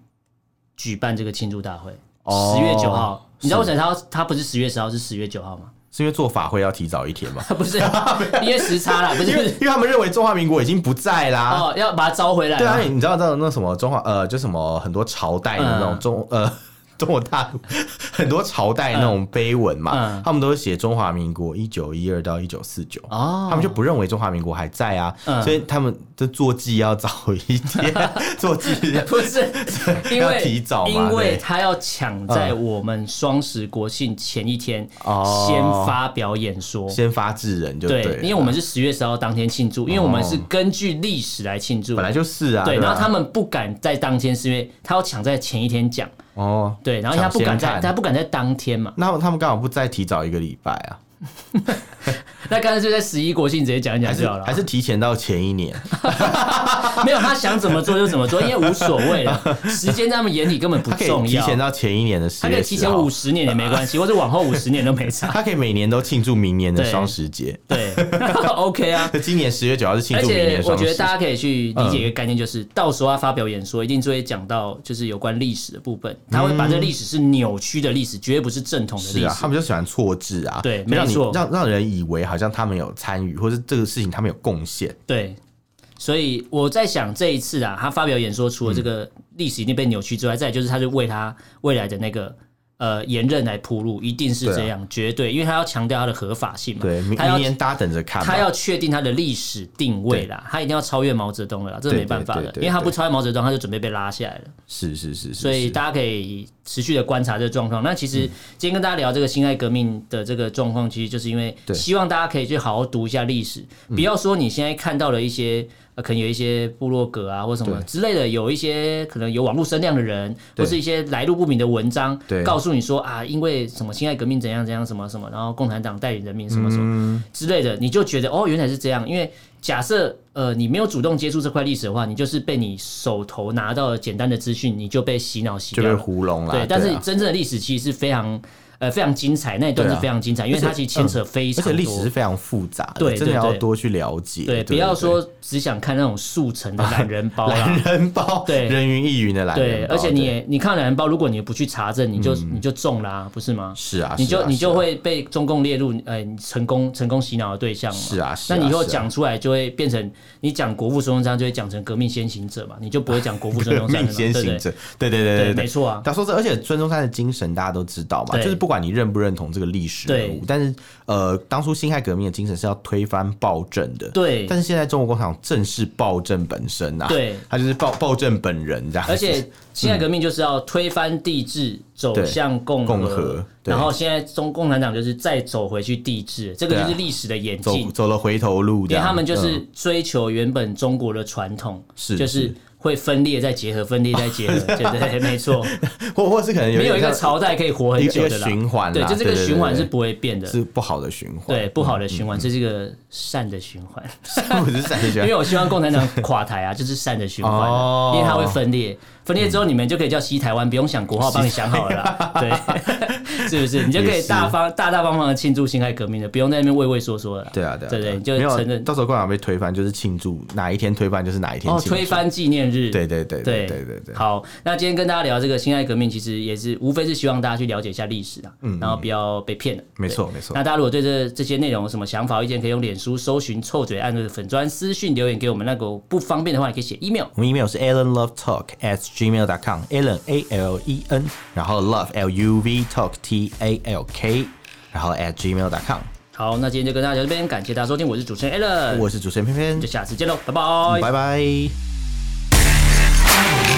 Speaker 1: 举办这个庆祝大会。
Speaker 2: 哦
Speaker 1: 十月九号，你知道为
Speaker 2: 是
Speaker 1: 什么他要他不是十月十号，是十月九号 吗？
Speaker 2: 是因为做法会要提早一天嘛？
Speaker 1: 不是，因为时差 啦，不
Speaker 2: 因为
Speaker 1: 是
Speaker 2: 因为他们认为中华民国已经不在啦，
Speaker 1: 哦，要把它招回来嘛。
Speaker 2: 对啊，你知道那种那什么中华呃，就什么很多朝代的那种
Speaker 1: 嗯
Speaker 2: 中、呃。 中国大陆 很多朝代那种碑文嘛，
Speaker 1: 嗯
Speaker 2: 他们都是写中华民国一九一二到一九四九，
Speaker 1: 哦
Speaker 2: 他们就不认为中华民国还在啊，
Speaker 1: 嗯
Speaker 2: 所以他们的坐骑要早一天， 坐骑
Speaker 1: 不是， 因
Speaker 2: 要
Speaker 1: 为
Speaker 2: 提早嘛
Speaker 1: 因为
Speaker 2: 对
Speaker 1: 他要抢在我们双十国庆前一天
Speaker 2: 哦
Speaker 1: 先发表演说。
Speaker 2: 先发制人就
Speaker 1: 对
Speaker 2: 了，
Speaker 1: 因为我们是十月十号当天庆祝，因为我们是根据历史来庆祝。
Speaker 2: 哦本来就是啊，
Speaker 1: 对，
Speaker 2: 吧
Speaker 1: 然后他们不敢在当天，是因为他要抢在前一天讲。
Speaker 2: 哦，
Speaker 1: 对，然后他不敢
Speaker 2: 抢先
Speaker 1: 在，
Speaker 2: 看
Speaker 1: 他不敢在当天嘛，
Speaker 2: 那他们刚好不再提早一个礼拜啊，
Speaker 1: 那干脆就在十一国庆直接讲一
Speaker 2: 还
Speaker 1: 讲就是啊好了。
Speaker 2: 还是提前到前一年，
Speaker 1: 没有他想怎么做就怎么做，因为无所谓 了，时间在 他们眼里根本不
Speaker 2: 他可以
Speaker 1: 重
Speaker 2: 提
Speaker 1: 要。
Speaker 2: 前到前一年的十
Speaker 1: 他可
Speaker 2: 月
Speaker 1: 以提
Speaker 2: 10
Speaker 1: 前
Speaker 2: 号
Speaker 1: 五，十年也没关系，或者往后五十年都没 差。
Speaker 2: 他可以每年都庆祝明年的
Speaker 1: 对
Speaker 2: 双十节。
Speaker 1: 对 ，OK 啊。
Speaker 2: 那今年十月九号是庆
Speaker 1: 而
Speaker 2: 祝明年
Speaker 1: 且
Speaker 2: 的
Speaker 1: 我
Speaker 2: 双
Speaker 1: 觉
Speaker 2: 十嗯
Speaker 1: 得大
Speaker 2: 节。
Speaker 1: 家可以去理解一个概念，就是、到时候他发表演说，一定就会讲到就是有关历史的部分，他会把这历史是扭曲的历史，绝对不是正统的历
Speaker 2: 嗯是
Speaker 1: 史。
Speaker 2: 啊，他们就喜欢错字啊，
Speaker 1: 对
Speaker 2: 就让
Speaker 1: 没
Speaker 2: 你
Speaker 1: 错
Speaker 2: 让让人以为好像他们有参与，或是这个事情他们有贡献。
Speaker 1: 对，所以我在想这一次啊，他发表演说，除了这
Speaker 2: 嗯
Speaker 1: 个历史已经被扭曲之外，再来就是他是为他未来的那个。呃，延任来铺路，一定是
Speaker 2: 对啊
Speaker 1: 这样，绝对，因为他要强调他的合法性嘛，
Speaker 2: 对，明
Speaker 1: 嗯他要
Speaker 2: 明年大家等着看吧。
Speaker 1: 他要确定他的历史定位啦，他一定要超越毛泽东了啦，这
Speaker 2: 对
Speaker 1: 没办法
Speaker 2: 对
Speaker 1: 的
Speaker 2: 对，对
Speaker 1: 因为他不超越毛泽东，他就准备被拉下来了。
Speaker 2: 是是是是，
Speaker 1: 所以
Speaker 2: 是嗯
Speaker 1: 大家可以持续的观察这个状况。那其实今天跟大家聊这个辛亥革命的这个状况，其实就是因为
Speaker 2: 对嗯
Speaker 1: 希望大家可以去好好读一下历史，不要说你现在看到了一些。呃可能有一些部落格啊，或什么
Speaker 2: 对
Speaker 1: 之类的，有一些可能有网络声量的人，或
Speaker 2: 对
Speaker 1: 是一些来路不明的文章
Speaker 2: 对，
Speaker 1: 告诉你说啊，因为什么辛亥革命怎样怎样什么什么，然后共产党带领人民什么什么，之类的，你就觉得哦，原来是这样。因为假设呃你没有主动接触这块历史的话，你就是被你手头拿到的简单的资讯，你就被洗脑洗
Speaker 2: 就
Speaker 1: 掉
Speaker 2: 被
Speaker 1: 了。
Speaker 2: 糊弄了。
Speaker 1: 对，但是
Speaker 2: 啊
Speaker 1: 真正的历史其实是非常呃非常精彩，那一段
Speaker 2: 对
Speaker 1: 是
Speaker 2: 啊
Speaker 1: 非常精彩，因为它其实牵扯非
Speaker 2: 而
Speaker 1: 常
Speaker 2: 且
Speaker 1: 多。
Speaker 2: 历史是非常复杂的，
Speaker 1: 对对
Speaker 2: 真的要
Speaker 1: 对
Speaker 2: 多去了解。
Speaker 1: 对，不要说只想看那种速成 的懒人包啦。
Speaker 2: 懒人包，
Speaker 1: 对
Speaker 2: 人云亦云的懒
Speaker 1: 对，
Speaker 2: 人包。
Speaker 1: 而且你
Speaker 2: 对嗯
Speaker 1: 也你看懒人包，如果你不去查证，你就你就中啦、不是吗？
Speaker 2: 是啊，
Speaker 1: 你就是
Speaker 2: 啊
Speaker 1: 你
Speaker 2: 是
Speaker 1: 就
Speaker 2: 啊
Speaker 1: 会被中共列入呃你成功成功洗脑的对象嘛。
Speaker 2: 是啊是啊
Speaker 1: 那你以后
Speaker 2: 是啊
Speaker 1: 讲出来就会变成你讲国父孙中山就会讲成革命先 行者嘛，你就不会讲国父孙
Speaker 2: 革
Speaker 1: 中山了
Speaker 2: 命
Speaker 1: 嘛，
Speaker 2: 先
Speaker 1: 对不
Speaker 2: 行
Speaker 1: 对？
Speaker 2: 者，对对对对
Speaker 1: 没错 啊。
Speaker 2: 他说这，而且孙中山的精神大家都知道嘛，
Speaker 1: 对
Speaker 2: 就是不管你认不认同这个历史人物
Speaker 1: 对，
Speaker 2: 但是呃，当初辛亥革命的精神是要推翻暴政的，
Speaker 1: 对
Speaker 2: 但是现在中国共产党正是暴政本身啊，
Speaker 1: 对
Speaker 2: 他就是暴暴政本人这样子，
Speaker 1: 而且辛亥革命就是要推翻帝制，走向共
Speaker 2: 共和对
Speaker 1: 然后现在中共产党就是再走回去帝制，这个
Speaker 2: 对啊
Speaker 1: 就是历史的演
Speaker 2: 走
Speaker 1: 进。
Speaker 2: 走了回头路这
Speaker 1: 因为
Speaker 2: 样，
Speaker 1: 他们就
Speaker 2: 嗯
Speaker 1: 是追求原本中国的传统，
Speaker 2: 是
Speaker 1: 就是
Speaker 2: 是
Speaker 1: 会分裂再结合，分裂再结 合，对不对？没错，
Speaker 2: 嗯或或是可能有
Speaker 1: 没有一个
Speaker 2: 像
Speaker 1: 朝代可以活很
Speaker 2: 一个
Speaker 1: 久
Speaker 2: 一
Speaker 1: 的
Speaker 2: 个
Speaker 1: 啦。
Speaker 2: 循环啦，
Speaker 1: 对，就这个循环是
Speaker 2: 对对
Speaker 1: 不会变的
Speaker 2: 对，是不好的循环，
Speaker 1: 对，不好的循环，这是一个善的循环。
Speaker 2: 不 是善 的循
Speaker 1: 因
Speaker 2: 环
Speaker 1: 为。我希望共产党垮台啊， 就是善的循环啊、
Speaker 2: 哦
Speaker 1: 因为它会分裂，分裂之后你们就可以叫西台湾，不用想国号，帮你想好了 啦，对， 是不是？你就可以
Speaker 2: 也是
Speaker 1: 大方大大方方的庆祝辛亥革命了，不用在那边畏畏缩缩了啦。
Speaker 2: 对啊，对啊，
Speaker 1: 对
Speaker 2: 啊
Speaker 1: 你就
Speaker 2: 没有
Speaker 1: 承认
Speaker 2: 到时候共产党被推翻，就是庆祝哪一天推翻就是哪一天
Speaker 1: 哦，
Speaker 2: 庆祝
Speaker 1: 推，翻纪念日，
Speaker 2: 对对对
Speaker 1: 对
Speaker 2: 对对对，
Speaker 1: 好，那今天跟大家聊这个辛亥革命，其实也是无非是希望大家去了解一下历史啊，
Speaker 2: 嗯
Speaker 1: 然后不要被骗了。
Speaker 2: 没错
Speaker 1: 对
Speaker 2: 没错
Speaker 1: 那大家如果对这这些内容有什么想法、意见，可以用脸书搜寻“臭嘴案”的粉砖私讯留言给我们。那个不方便的话，也可以写 email。
Speaker 2: 我们 email 是 alanlovetalk at gmail dot com，alan a l e n，然后 love l u v talk t a l k，然后 at gmail dot com。
Speaker 1: 好，那今天就跟大家聊到这边，感谢大家收听，我是主持人 a l l n
Speaker 2: 我是主持人偏
Speaker 1: 就
Speaker 2: 偏，
Speaker 1: 下次见喽，拜拜。
Speaker 2: 拜拜。